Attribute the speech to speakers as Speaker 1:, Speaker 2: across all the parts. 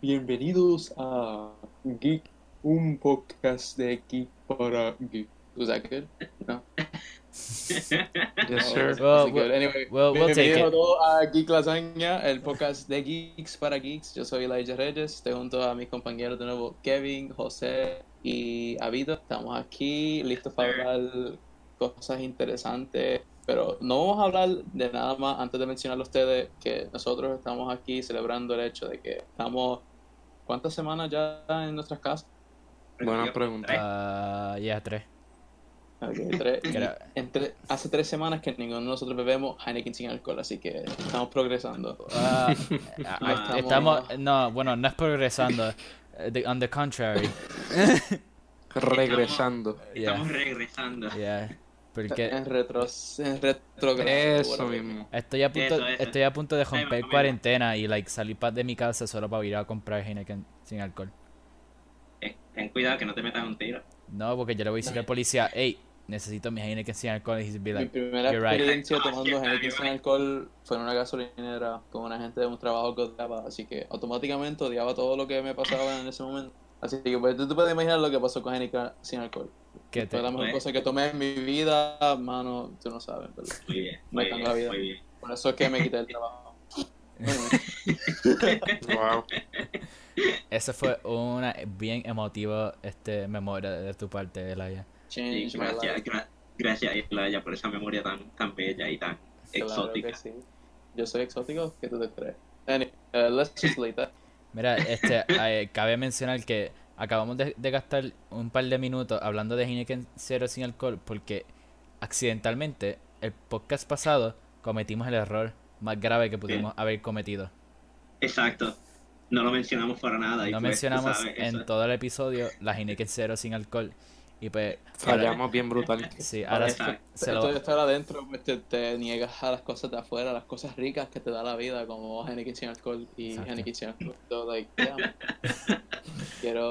Speaker 1: Bienvenidos a Geek, un podcast de Geek para Geek. Was that good? No.
Speaker 2: Yes,
Speaker 1: Oh,
Speaker 2: sir.
Speaker 1: that's
Speaker 3: Well,
Speaker 1: good. Anyway,
Speaker 3: well, we'll take
Speaker 1: bienvenidos
Speaker 3: it.
Speaker 1: a todos a Geek Lasaña, el podcast de geeks para geeks. Yo soy Elijah Reyes, estoy junto a mis compañeros de nuevo, Kevin, José y Avito. Estamos aquí listos para
Speaker 2: Sir.
Speaker 1: hablar cosas interesantes, pero no vamos a hablar de nada más antes de mencionarle a ustedes que nosotros estamos aquí celebrando el hecho de que estamos, ¿cuántas semanas ya en nuestras casas?
Speaker 2: Buena pregunta.
Speaker 3: Ah, ya, tres.
Speaker 1: Ok, tres-
Speaker 3: Creo-
Speaker 1: en tre- hace tres semanas que ninguno de nosotros bebemos Heineken sin alcohol, así que estamos progresando.
Speaker 3: Ah,
Speaker 2: No,
Speaker 3: ah, estamos, no, bueno, no es progresando. Eh, the- on the contrary.
Speaker 2: Regresando.
Speaker 3: Yeah,
Speaker 2: Estamos regresando.
Speaker 3: yeah. Porque
Speaker 1: En retro. En retrogrado.
Speaker 2: Eso
Speaker 1: Bueno,
Speaker 2: mismo.
Speaker 3: estoy a punto,
Speaker 2: Eso, eso.
Speaker 3: estoy a punto de romper
Speaker 2: mamá.
Speaker 3: cuarentena y like salir pa- de mi casa solo para ir a comprar Heineken sin alcohol.
Speaker 2: Eh, Ten cuidado que no te metas un tiro.
Speaker 3: No, porque yo le voy a decir al policía, hey, necesito mi Heineken sin alcohol. Y he'll be
Speaker 1: Mi
Speaker 3: like,
Speaker 1: primera
Speaker 3: You're right.
Speaker 1: experiencia tomando
Speaker 2: You're right.
Speaker 1: Heineken sin alcohol fue en una gasolinera con una gente de un trabajo que odiaba, así que automáticamente odiaba todo lo que me pasaba en ese momento. Así que pues, tú te puedes imaginar lo que pasó con Heineken sin alcohol.
Speaker 3: ¿qué te-
Speaker 1: Fue la mejor
Speaker 2: Bueno.
Speaker 1: cosa que tomé en mi vida, mano, tú no sabes, pero
Speaker 2: Muy bien, muy
Speaker 1: Marcando
Speaker 2: bien,
Speaker 1: la vida.
Speaker 2: muy bien.
Speaker 1: por eso es que me quité el trabajo. Bueno,
Speaker 2: Wow.
Speaker 3: Ese fue una bien emotiva este, memoria de tu parte, Elaya.
Speaker 1: change my
Speaker 2: gracias,
Speaker 1: life.
Speaker 2: gra- gracias Islaya por esa memoria tan, tan bella y tan
Speaker 1: Claro que
Speaker 2: exótica.
Speaker 1: sí. Yo soy exótico, ¿qué tú te crees? Anyway, uh, let's just leave that.
Speaker 3: Mira, este, eh, cabe mencionar que acabamos de, de gastar un par de minutos hablando de Heineken cero sin alcohol porque accidentalmente el podcast pasado cometimos el error más grave que pudimos haber cometido.
Speaker 2: Exacto. No lo mencionamos para nada. y
Speaker 3: No
Speaker 2: pues, tú
Speaker 3: mencionamos
Speaker 2: sabes,
Speaker 3: en
Speaker 2: eso-
Speaker 3: todo el episodio la Heineken cero sin alcohol y pues ahora-
Speaker 2: Fallamos bien brutal.
Speaker 3: sí, ahora se,
Speaker 2: Exacto.
Speaker 3: se
Speaker 1: Esto de
Speaker 3: lo
Speaker 1: estar adentro, pues te, te niegas a las cosas de afuera, las cosas ricas que te da la vida, como Heineken sin alcohol y
Speaker 3: Exacto.
Speaker 1: Heineken sin alcohol. So, like, damn. quiero,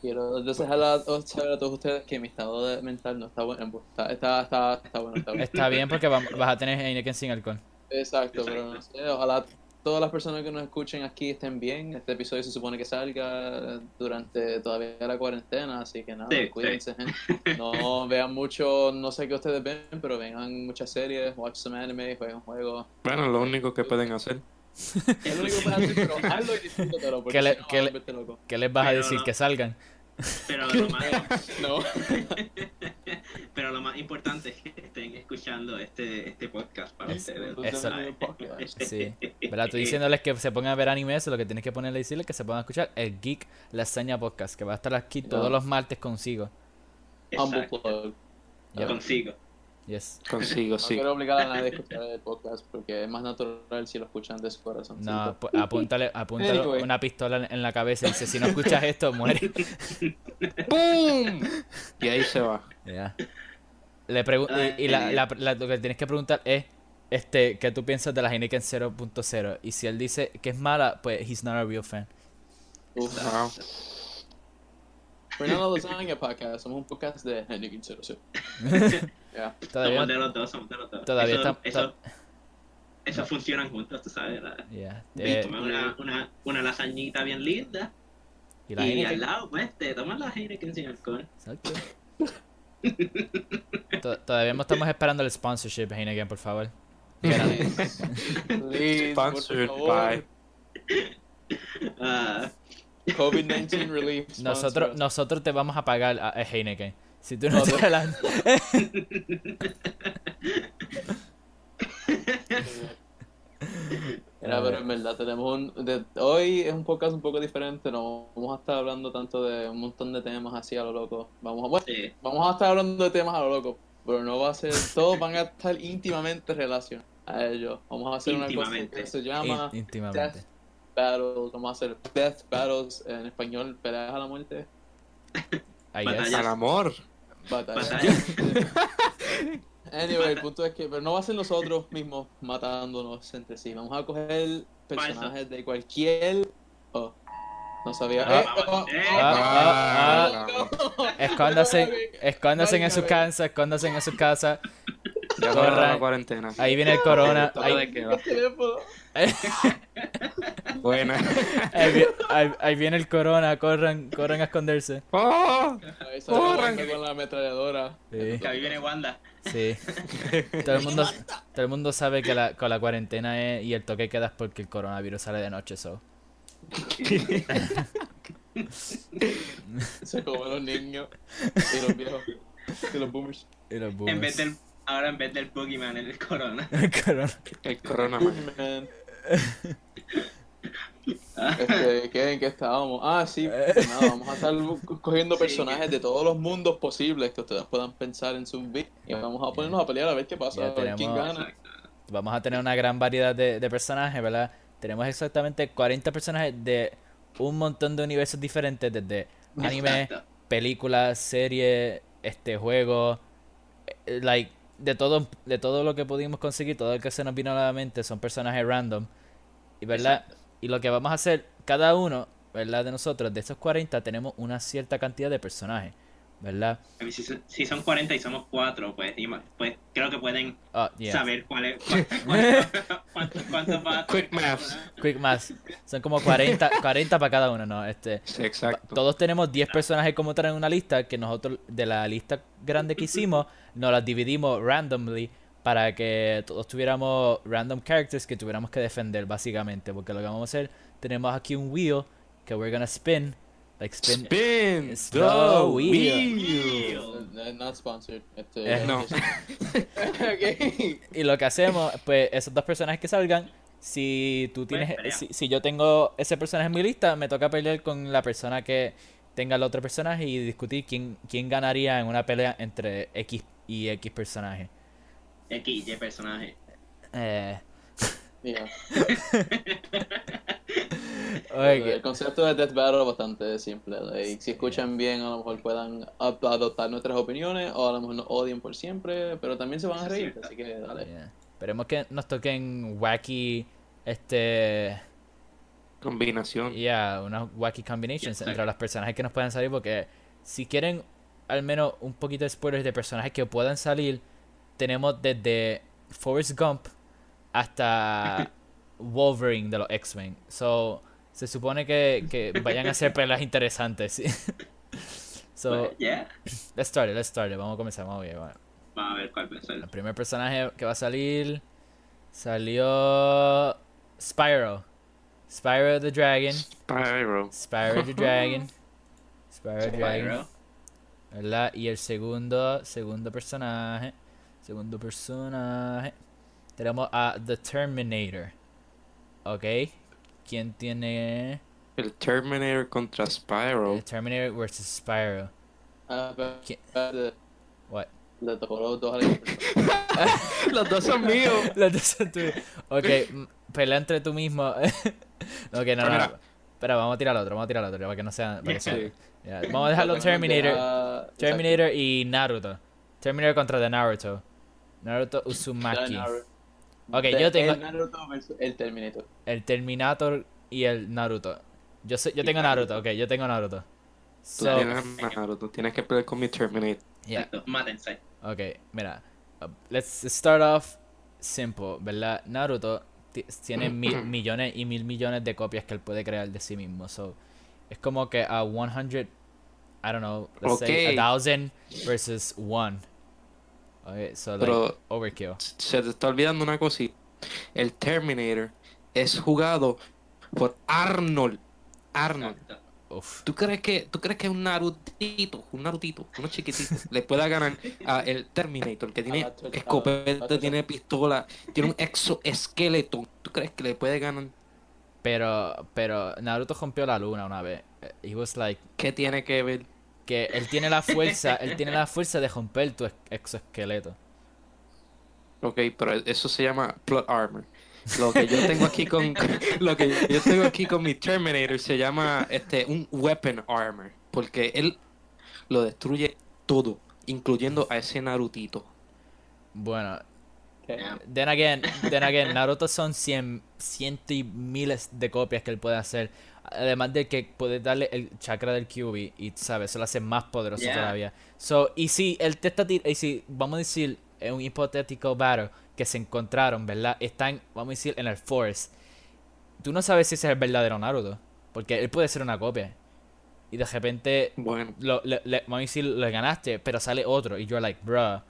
Speaker 1: quiero yo dejar a, saber a todos ustedes que mi estado de- mental no está bueno. Está, está, está, está bueno, está bueno.
Speaker 3: está bien porque vam- vas a tener Heineken sin alcohol.
Speaker 1: Exacto,
Speaker 2: Exacto.
Speaker 1: pero no sé, ojalá todas las personas que nos escuchen aquí estén bien. Este episodio se supone que salga durante todavía la cuarentena, así que nada,
Speaker 2: Sí, sí.
Speaker 1: cuídense, gente. No vean mucho, no sé qué ustedes ven, pero vean muchas series, watch some anime, jueguen juegos.
Speaker 4: Bueno, lo único que pueden hacer.
Speaker 1: Es lo único que puedes hacer, pero hazlo y disfrútatelo, porque
Speaker 3: ¿Qué le-
Speaker 1: si no,
Speaker 3: qué
Speaker 1: vas
Speaker 3: le-
Speaker 1: a volverte loco.
Speaker 3: ¿Qué les vas a
Speaker 2: Pero
Speaker 3: decir?
Speaker 2: no.
Speaker 3: Que salgan.
Speaker 2: Pero lo más,
Speaker 1: No.
Speaker 2: pero lo más importante es que estén escuchando este, este podcast para ustedes.
Speaker 3: Eso.
Speaker 2: ¿sabes?
Speaker 3: Sí. ¿Verdad? Tú diciéndoles que se pongan a ver anime, eso lo que tienes que ponerle y decirles que se pongan a escuchar el Geek Lasaña Podcast, que va a estar aquí todos
Speaker 1: Ya.
Speaker 3: los martes consigo.
Speaker 1: Humble
Speaker 2: Exacto.
Speaker 1: plug.
Speaker 3: Yep.
Speaker 2: Consigo.
Speaker 3: Yes.
Speaker 4: Consigo,
Speaker 1: No
Speaker 4: sí.
Speaker 1: quiero obligar a nadie a escuchar el podcast porque es más natural si lo escuchan de su corazón.
Speaker 3: No, pu- apúntale, apúntale
Speaker 1: Anyway.
Speaker 3: una pistola en- en la cabeza y dice, si no escuchas esto, muere.
Speaker 4: ¡Pum! Y ahí se va.
Speaker 3: Ya. Le pregun- y y la, la- la- lo que tienes que preguntar es, este, ¿qué tú piensas de la Heineken 0.0? Y si él dice que es mala, pues he's not a real fan.
Speaker 1: Uf.
Speaker 4: Wow.
Speaker 1: Fernando Lasagna Podcast, somos un podcast de Heineken 00. yeah.
Speaker 3: Todavía
Speaker 2: somos
Speaker 3: no-
Speaker 2: de los dos, somos de los dos.
Speaker 3: todavía
Speaker 2: eso,
Speaker 3: está-
Speaker 2: eso- eso funcionan juntos, tú sabes. la-
Speaker 3: Yeah.
Speaker 2: te
Speaker 3: Eh,
Speaker 2: comes una, una, una lasañita bien linda
Speaker 3: y
Speaker 2: y,
Speaker 3: la
Speaker 2: al
Speaker 3: Heineken.
Speaker 2: lado, pues, te tomas la Heineken sin alcohol.
Speaker 3: Exacto. To- Todavía no estamos esperando el sponsorship, Heineken, por favor.
Speaker 1: Please,
Speaker 4: Sponsored
Speaker 1: por favor.
Speaker 4: by.
Speaker 2: Ah,
Speaker 1: COVID-19 relief. sponsor
Speaker 3: Nosotros,
Speaker 1: us.
Speaker 3: nosotros te vamos a pagar a, a Heineken. Si tú
Speaker 1: No,
Speaker 3: no
Speaker 1: no.
Speaker 3: te la-
Speaker 1: Mira, pero en verdad tenemos un... de- hoy es un podcast un poco diferente, no vamos a estar hablando tanto de un montón de temas así a lo loco. Vamos a, bueno,
Speaker 2: sí,
Speaker 1: vamos a estar hablando de temas a lo loco, pero no va a ser... Todos van a estar íntimamente relacionados a ellos. Vamos a hacer una cosa
Speaker 2: Íntimamente.
Speaker 1: que se llama...
Speaker 3: ín- íntimamente.
Speaker 1: Death Battles, vamos a hacer Death Battles en español, peleas a la muerte,
Speaker 3: I guess.
Speaker 2: Batalla.
Speaker 4: Al amor.
Speaker 1: batallas.
Speaker 2: batalla.
Speaker 1: Anyway, el punto es que pero no va a ser nosotros mismos matándonos entre sí. Vamos a coger personajes de cualquier. Oh, no sabía.
Speaker 3: Ah,
Speaker 1: Eh, oh,
Speaker 2: eh,
Speaker 1: oh,
Speaker 3: ah,
Speaker 1: oh,
Speaker 4: ah,
Speaker 1: no.
Speaker 3: Escóndanse, escóndanse en sus
Speaker 1: Válgame.
Speaker 3: casas, escóndanse en sus casas.
Speaker 4: Ya
Speaker 3: Corran.
Speaker 4: va la cuarentena.
Speaker 3: Ahí viene el corona.
Speaker 4: Todo
Speaker 3: Ahí,
Speaker 4: de que va.
Speaker 1: El teléfono.
Speaker 4: Buena.
Speaker 3: Ahí, vi- ahí- ahí viene el corona, corran, corran a esconderse.
Speaker 4: ¡Oh!
Speaker 1: Ahí sale
Speaker 4: Corran.
Speaker 1: Wanda con la ametralladora.
Speaker 3: Sí,
Speaker 2: Que ahí viene Wanda.
Speaker 3: sí. Todo el mundo, todo el mundo sabe que la, con la cuarentena es- y el toque quedas porque el coronavirus sale de noche, so.
Speaker 1: Se comen los niños y los viejos y los boomers.
Speaker 3: Y los
Speaker 2: En vez
Speaker 3: boomers.
Speaker 2: del, ahora en vez del Boogeyman, el Corona.
Speaker 3: El corona.
Speaker 4: El
Speaker 3: Eh,
Speaker 4: corona, man.
Speaker 1: Boogeyman. Este, ¿qué, ¿En qué estábamos? Ah, sí,
Speaker 3: Eh.
Speaker 1: pues nada, vamos a estar bu- cogiendo
Speaker 2: Sí.
Speaker 1: personajes de todos los mundos posibles que ustedes puedan pensar en sus vidas y vamos a ponernos a pelear a ver qué pasa,
Speaker 3: Eh. Ya
Speaker 1: a ver quién
Speaker 3: tenemos-
Speaker 1: gana.
Speaker 3: Vamos a tener una gran variedad de, de personajes, ¿verdad? Tenemos exactamente 40 personajes de un montón de universos diferentes, desde anime,
Speaker 2: Exacto.
Speaker 3: películas, series, este juego, eh, like de todo de todo lo que pudimos conseguir, todo lo que se nos vino a la mente son personajes random. Y verdad, y lo que vamos a hacer cada uno, ¿verdad? De nosotros, de estos 40 tenemos una cierta cantidad de personajes, ¿verdad?
Speaker 2: Si, son- si son 40 y somos 4, pues, ima- pues creo que pueden
Speaker 3: Ah, yeah.
Speaker 2: saber cuál es. Cuánto, cuánto, cuánto va a
Speaker 4: Quick maths.
Speaker 3: Quick math. Son como 40, 40 para cada uno, ¿no? Este,
Speaker 4: Sí, exacto.
Speaker 3: Todos tenemos 10 personajes como tal en una lista que nosotros de la lista grande que hicimos nos las dividimos randomly para que todos tuviéramos random characters que tuviéramos que defender básicamente porque lo que vamos a hacer tenemos aquí un wheel que we're gonna spin like spin,
Speaker 4: Spin
Speaker 3: the
Speaker 4: the
Speaker 3: wheel.
Speaker 4: wheel.
Speaker 1: Eh, Not sponsored. Este,
Speaker 3: Eh,
Speaker 4: No.
Speaker 1: Ok.
Speaker 3: y lo que hacemos pues esos dos personajes que salgan si tú tienes
Speaker 2: pelea.
Speaker 3: si, si yo tengo ese personaje en mi lista me toca pelear con la persona que tenga el otro personaje y discutir quién quién ganaría en una pelea entre X y X personaje
Speaker 2: X, Y personaje.
Speaker 3: Eh,
Speaker 1: Yeah.
Speaker 3: oye,
Speaker 1: El concepto de Death Battle es bastante simple. like, si escuchan bien, a lo mejor puedan ad- adoptar nuestras opiniones o a lo mejor nos odien por siempre, pero también se van a
Speaker 2: Eso es
Speaker 1: reír,
Speaker 2: cierto.
Speaker 1: así que dale.
Speaker 3: yeah. Esperemos que nos toquen wacky, este,
Speaker 4: Combinación.
Speaker 3: yeah, unas wacky combinations
Speaker 2: Yes,
Speaker 3: entre los personajes que nos puedan salir, porque si quieren al menos un poquito de spoilers de personajes que puedan salir, tenemos desde Forrest Gump hasta Wolverine de los X-Men. So, se supone que, que vayan a hacer pelas interesantes. sí. So,
Speaker 2: Pues, yeah.
Speaker 3: let's start it, let's start it. Vamos a comenzar, vamos a ver, vamos a ver.
Speaker 2: Vamos a ver cuál va a ser.
Speaker 3: El primer personaje que va a salir salió Spyro. Spyro the Dragon.
Speaker 4: Spyro.
Speaker 3: Spyro the Dragon. Spyro the Dragon.
Speaker 2: Spyro.
Speaker 3: ¿Verdad? Y el segundo, segundo personaje. Segundo personaje. Tenemos a The Terminator. ¿Ok? ¿Quién tiene
Speaker 4: El Terminator contra Spyro.
Speaker 3: The Terminator versus Spyro?
Speaker 1: Ah, pero-
Speaker 3: ¿Qué?
Speaker 1: pero
Speaker 3: What?
Speaker 1: Le tocó los dos a la
Speaker 4: Los dos son míos.
Speaker 3: La taza tuya. Ok, m- pelea entre tú mismo. ok, no, no, no.
Speaker 4: Mira.
Speaker 3: Espera, vamos a tirar al otro, vamos a tirar al otro, para que no sean... para que
Speaker 2: Sí.
Speaker 3: sean- Ya, Vamos a dejarlo Terminator.
Speaker 1: Ah, exacto.
Speaker 3: Terminator y Naruto. Terminator contra The Naruto. Naruto Uzumaki.
Speaker 1: Naruto.
Speaker 3: Ok,
Speaker 1: Te-
Speaker 3: yo tengo
Speaker 1: El Naruto versus el Terminator.
Speaker 3: el Terminator y el Naruto. Yo, sé- yo
Speaker 2: Y
Speaker 3: tengo
Speaker 2: Naruto.
Speaker 3: Naruto, ok, yo tengo Naruto.
Speaker 4: Tú
Speaker 3: So,
Speaker 4: tienes a Naruto, tienes que pelear con mi Terminator.
Speaker 3: yeah.
Speaker 2: Exacto, Mátense.
Speaker 3: Ok, mira. uh, Let's start off simple, ¿verdad? Naruto ti- tiene mil millones y mil millones de copias que él puede crear de sí mismo. So, es como que a 100, I don't know, let's say
Speaker 4: Ok.
Speaker 3: a thousand versus one. Okay, so like
Speaker 4: Pero-
Speaker 3: overkill.
Speaker 4: Se te está olvidando una cosita. El Terminator es jugado por Arnold. Arnold.
Speaker 2: Exacto.
Speaker 3: Uf.
Speaker 4: ¿Tú crees que tú crees que un Narutito, un Narutito, uno chiquitito, le pueda ganar a el Terminator que tiene
Speaker 1: Abacho, abacho.
Speaker 4: escopeta, tiene pistola, tiene un exoesqueleto? ¿Tú crees que le puede ganar?
Speaker 3: Pero, pero Naruto rompió la luna una vez. Eh, He was like
Speaker 4: ¿Qué tiene que ver?
Speaker 3: que él tiene la fuerza, él tiene la fuerza de romper tu ex- exoesqueleto.
Speaker 4: Ok, pero eso se llama plot armor. Lo que yo tengo aquí con lo que yo tengo aquí con mi Terminator se llama este un weapon armor, porque él lo destruye todo, incluyendo a ese Narutito.
Speaker 3: Bueno,
Speaker 1: Okay.
Speaker 2: Yeah.
Speaker 3: Then again, then again, Naruto son cien, ciento y miles de copias que él puede hacer. Además de que puede darle el chakra del Kyuubi y, ¿sabes? Eso lo hace más poderoso
Speaker 2: Yeah.
Speaker 3: todavía. So, y si él te está tir- y si, vamos a decir, en un hipotético battle que se encontraron, ¿verdad? Están, vamos a decir, en el forest. tú no sabes si ese es el verdadero Naruto. Porque él puede ser una copia. Y de repente,
Speaker 4: Bueno,
Speaker 3: lo, le, le- vamos a decir, le ganaste, pero sale otro. Y you're like, bruh.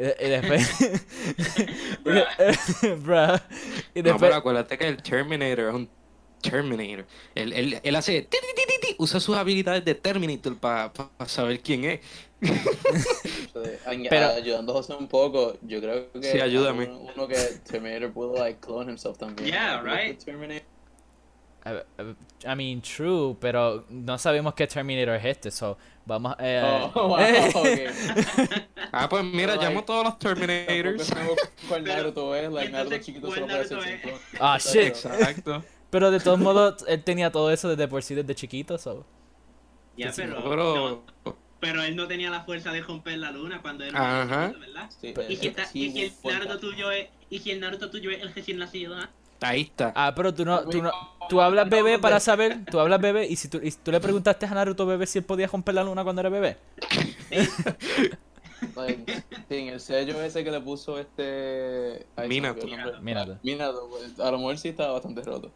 Speaker 3: Y, y después. bruh. Y
Speaker 4: no, pero
Speaker 3: después.
Speaker 4: acuérdate que el Terminator es un Terminator. Él, él, él hace. ti, ti, ti, ti, ti, Usa sus habilidades de Terminator para saber quién es.
Speaker 1: O sea, añ-
Speaker 3: Pero-
Speaker 1: ayudando a José un poco, yo creo que.
Speaker 4: Sí, ayúdame.
Speaker 1: Uno, uno que Terminator pudo, like, clone himself también.
Speaker 2: Yeah, right.
Speaker 1: Terminator.
Speaker 3: I, I mean, true, pero no sabemos qué Terminator es este, so vamos a. eh,
Speaker 1: Oh, wow, ok.
Speaker 4: Ah, pues mira,
Speaker 1: Like,
Speaker 4: llamo a todos los
Speaker 1: Tampoco
Speaker 4: Terminators.
Speaker 1: sabemos cuál
Speaker 2: Pero,
Speaker 1: Naruto es, like, Naruto
Speaker 2: entonces,
Speaker 1: chiquito
Speaker 2: ¿cuál
Speaker 1: solo puede
Speaker 2: Naruto
Speaker 1: ser
Speaker 2: es?
Speaker 1: cinco.
Speaker 3: Ah, shit.
Speaker 4: Exacto.
Speaker 3: Pero de todos modos, él tenía todo eso desde por sí desde chiquito, so.
Speaker 2: Ya,
Speaker 4: Sí,
Speaker 2: pero,
Speaker 4: pero-
Speaker 2: no, pero él no tenía la fuerza de romper la luna cuando era un
Speaker 4: Ajá.
Speaker 2: chiquito, ¿verdad?
Speaker 1: Sí,
Speaker 3: Pero-
Speaker 2: Y si,
Speaker 1: eh,
Speaker 2: está-
Speaker 1: sí,
Speaker 2: y si el
Speaker 1: full
Speaker 2: Naruto
Speaker 1: back.
Speaker 2: tuyo es, y si el Naruto tuyo es el recién nacido, ¿ah?
Speaker 4: Ahí está.
Speaker 3: Ah, pero tú no, tú no, tú hablas bebé para saber, tú hablas bebé y si tú, y si tú le preguntaste a Naruto bebé si él podía romper la luna cuando era bebé.
Speaker 1: Like, sí, en el sello ese que le puso este. ay, se me olvidó el
Speaker 4: Minato.
Speaker 1: nombre.
Speaker 3: Míralo.
Speaker 1: Minato, pues, a lo mejor sí estaba bastante roto.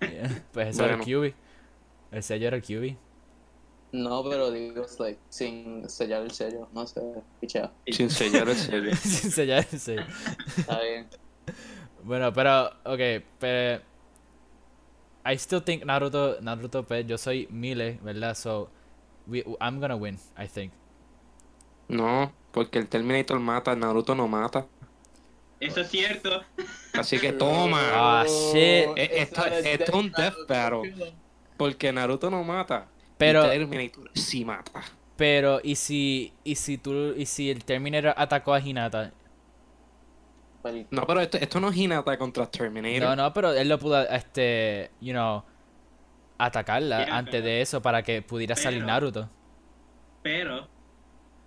Speaker 3: Yeah, Pues eso era el
Speaker 4: Bueno.
Speaker 3: Kyuubi. El sello era el Kyuubi.
Speaker 1: No, pero digo, es like, sin sellar el sello, no sé, pichea.
Speaker 4: Sin sellar el sello.
Speaker 3: Sin sellar el sello.
Speaker 1: Está bien.
Speaker 3: Bueno, pero, ok, pero... I still think Naruto, Naruto, pues yo soy Mile, ¿verdad? So, we, I'm gonna win, I think.
Speaker 4: No, porque el Terminator mata, Naruto no mata.
Speaker 2: Eso es cierto.
Speaker 4: Así que toma.
Speaker 3: Ah, shit.
Speaker 4: Eh, esto- esto es un death battle. Porque Naruto no mata.
Speaker 3: Pero-
Speaker 4: Y Terminator sí mata.
Speaker 3: Pero, ¿y si, y si tú, y si el Terminator atacó a Hinata?
Speaker 1: Like,
Speaker 4: No, pero esto, esto no es Hinata contra
Speaker 3: No,
Speaker 4: Terminator.
Speaker 3: no, pero él lo pudo, este, you know, atacarla
Speaker 2: Yeah,
Speaker 3: antes
Speaker 2: pero-
Speaker 3: de eso para que pudiera salir
Speaker 2: pero-
Speaker 3: Naruto.
Speaker 2: Pero,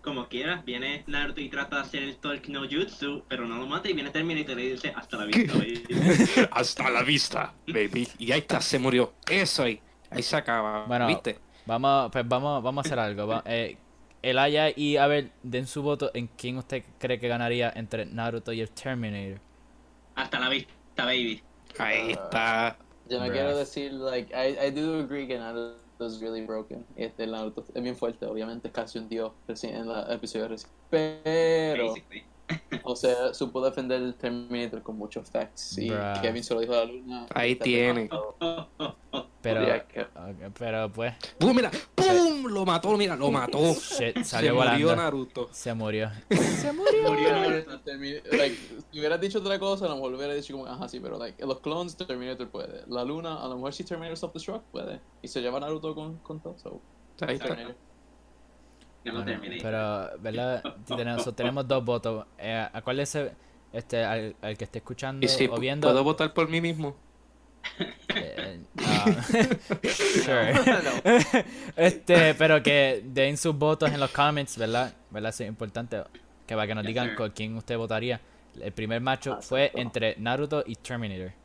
Speaker 2: como quieras, viene Naruto y trata de hacer el Talk No Jutsu, pero no lo mata y viene Terminator y le dice hasta la vista, baby".
Speaker 4: Hasta la vista, baby. Y ahí está, se murió. Eso ahí. Ahí se acaba.
Speaker 3: Bueno,
Speaker 4: ¿Viste?
Speaker 3: Vamos, pues vamos, vamos a hacer algo. va- eh, Elaya y Abel, den su voto en quién usted cree que ganaría entre Naruto y el Terminator.
Speaker 2: Hasta la vista, baby.
Speaker 4: Ahí está.
Speaker 1: yo no
Speaker 3: Bruh.
Speaker 1: quiero decir, like, I, I do agree que Naruto is really broken. Este Naruto es bien fuerte, obviamente es casi un dios recién en la episodio recién. Pero,
Speaker 2: Basically.
Speaker 1: o sea, supo defender el Terminator con muchos facts. Y
Speaker 3: Bruh.
Speaker 1: Kevin se lo dijo a la luna.
Speaker 4: Ahí
Speaker 1: Está
Speaker 4: tiene.
Speaker 1: todo.
Speaker 2: Oh, oh, oh.
Speaker 3: Pero,
Speaker 1: Podría que-
Speaker 3: ok, pero pues,
Speaker 4: ¡Pum! Mira, ¡pum! Lo mató, mira, lo mató.
Speaker 3: shit,
Speaker 4: Se
Speaker 3: salió
Speaker 4: murió
Speaker 3: volando.
Speaker 4: Naruto.
Speaker 3: Se murió.
Speaker 2: Murió Naruto.
Speaker 1: Like, si hubieras dicho otra cosa, a lo mejor hubiera dicho como, ajá, sí, pero like, los clones Terminator puede. La luna, a lo mejor si Terminator self-destruct puede. Y se lleva Naruto con, con todo. so,
Speaker 4: Ahí está.
Speaker 1: Terminator.
Speaker 2: Ya lo
Speaker 3: Bueno,
Speaker 2: terminé.
Speaker 3: pero, ¿verdad? Tenemos, so, tenemos dos votos. Eh, acuérdese, este, al, al que esté escuchando
Speaker 4: Y si
Speaker 3: o
Speaker 4: pu-
Speaker 3: viendo.
Speaker 4: puedo votar por mí mismo.
Speaker 3: eh, ah, sure. este, pero que den sus votos en los comments, ¿verdad? ¿Verdad? Eso es importante. Que para que nos
Speaker 2: Yes,
Speaker 3: digan
Speaker 2: sir.
Speaker 3: con quién usted votaría. El primer macho
Speaker 1: Ah,
Speaker 3: fue
Speaker 1: exacto.
Speaker 3: entre Naruto y Terminator.
Speaker 1: Si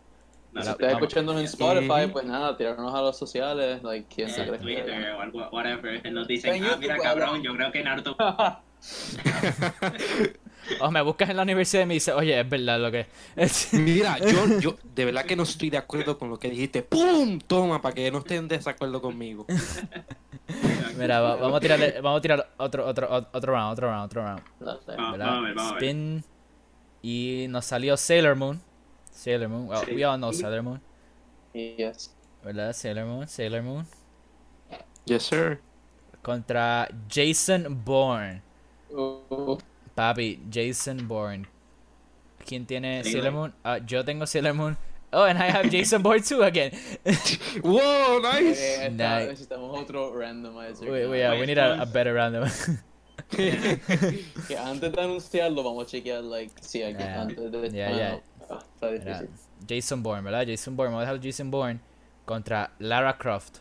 Speaker 2: Naruto.
Speaker 1: estás escuchándonos en Spotify,
Speaker 4: Ujú.
Speaker 1: pues nada, tirarnos a los sociales, like, quién se
Speaker 2: Eh,
Speaker 1: cree que
Speaker 2: Twitter o algo, whatever, nos dicen,
Speaker 1: En
Speaker 2: ah, mira
Speaker 1: YouTube,
Speaker 2: cabrón, yo creo que Naruto
Speaker 3: O Oh, me buscas en la universidad y me dices, oye, es verdad lo que.
Speaker 4: Mira, yo, yo de verdad que no estoy de acuerdo con lo que dijiste. ¡Pum! Toma, para que no estén en desacuerdo conmigo.
Speaker 3: Mira, va- vamos a tirar, vamos a tirar otro, otro, otro round, otro round, otro round.
Speaker 1: No sé.
Speaker 2: Ah,
Speaker 3: ¿verdad?
Speaker 2: vamos a ver, vamos a ver.
Speaker 3: Spin. Y nos salió Sailor Moon. Sailor Moon. Well,
Speaker 2: Sí.
Speaker 3: we all know Sailor Moon.
Speaker 1: Y yes.
Speaker 3: ¿Verdad? Sailor Moon, Sailor Moon.
Speaker 4: Yes, sir.
Speaker 3: Contra Jason Bourne.
Speaker 1: Uh,
Speaker 3: Papi, Jason Bourne. ¿Quién tiene
Speaker 2: Sí,
Speaker 3: Sailor
Speaker 2: güey.
Speaker 3: Moon? Ah, yo tengo Sailor Moon. Oh, and I have Jason Bourne too again.
Speaker 4: ¡Wow! ¡Nice!
Speaker 1: eh, esta-
Speaker 3: Nice.
Speaker 1: necesitamos otro randomizer.
Speaker 3: We, we,
Speaker 2: ah,
Speaker 3: uh, we need a, a better random.
Speaker 1: Que antes de anunciarlo, vamos a chequear, like, si hay que
Speaker 3: Yeah.
Speaker 1: antes de.
Speaker 3: Yeah,
Speaker 1: Ah,
Speaker 3: yeah.
Speaker 1: no. Ah, Está
Speaker 3: Mira,
Speaker 1: difícil.
Speaker 3: Jason Bourne, ¿verdad? Jason Bourne. Vamos a dejar Jason Bourne contra Lara Croft.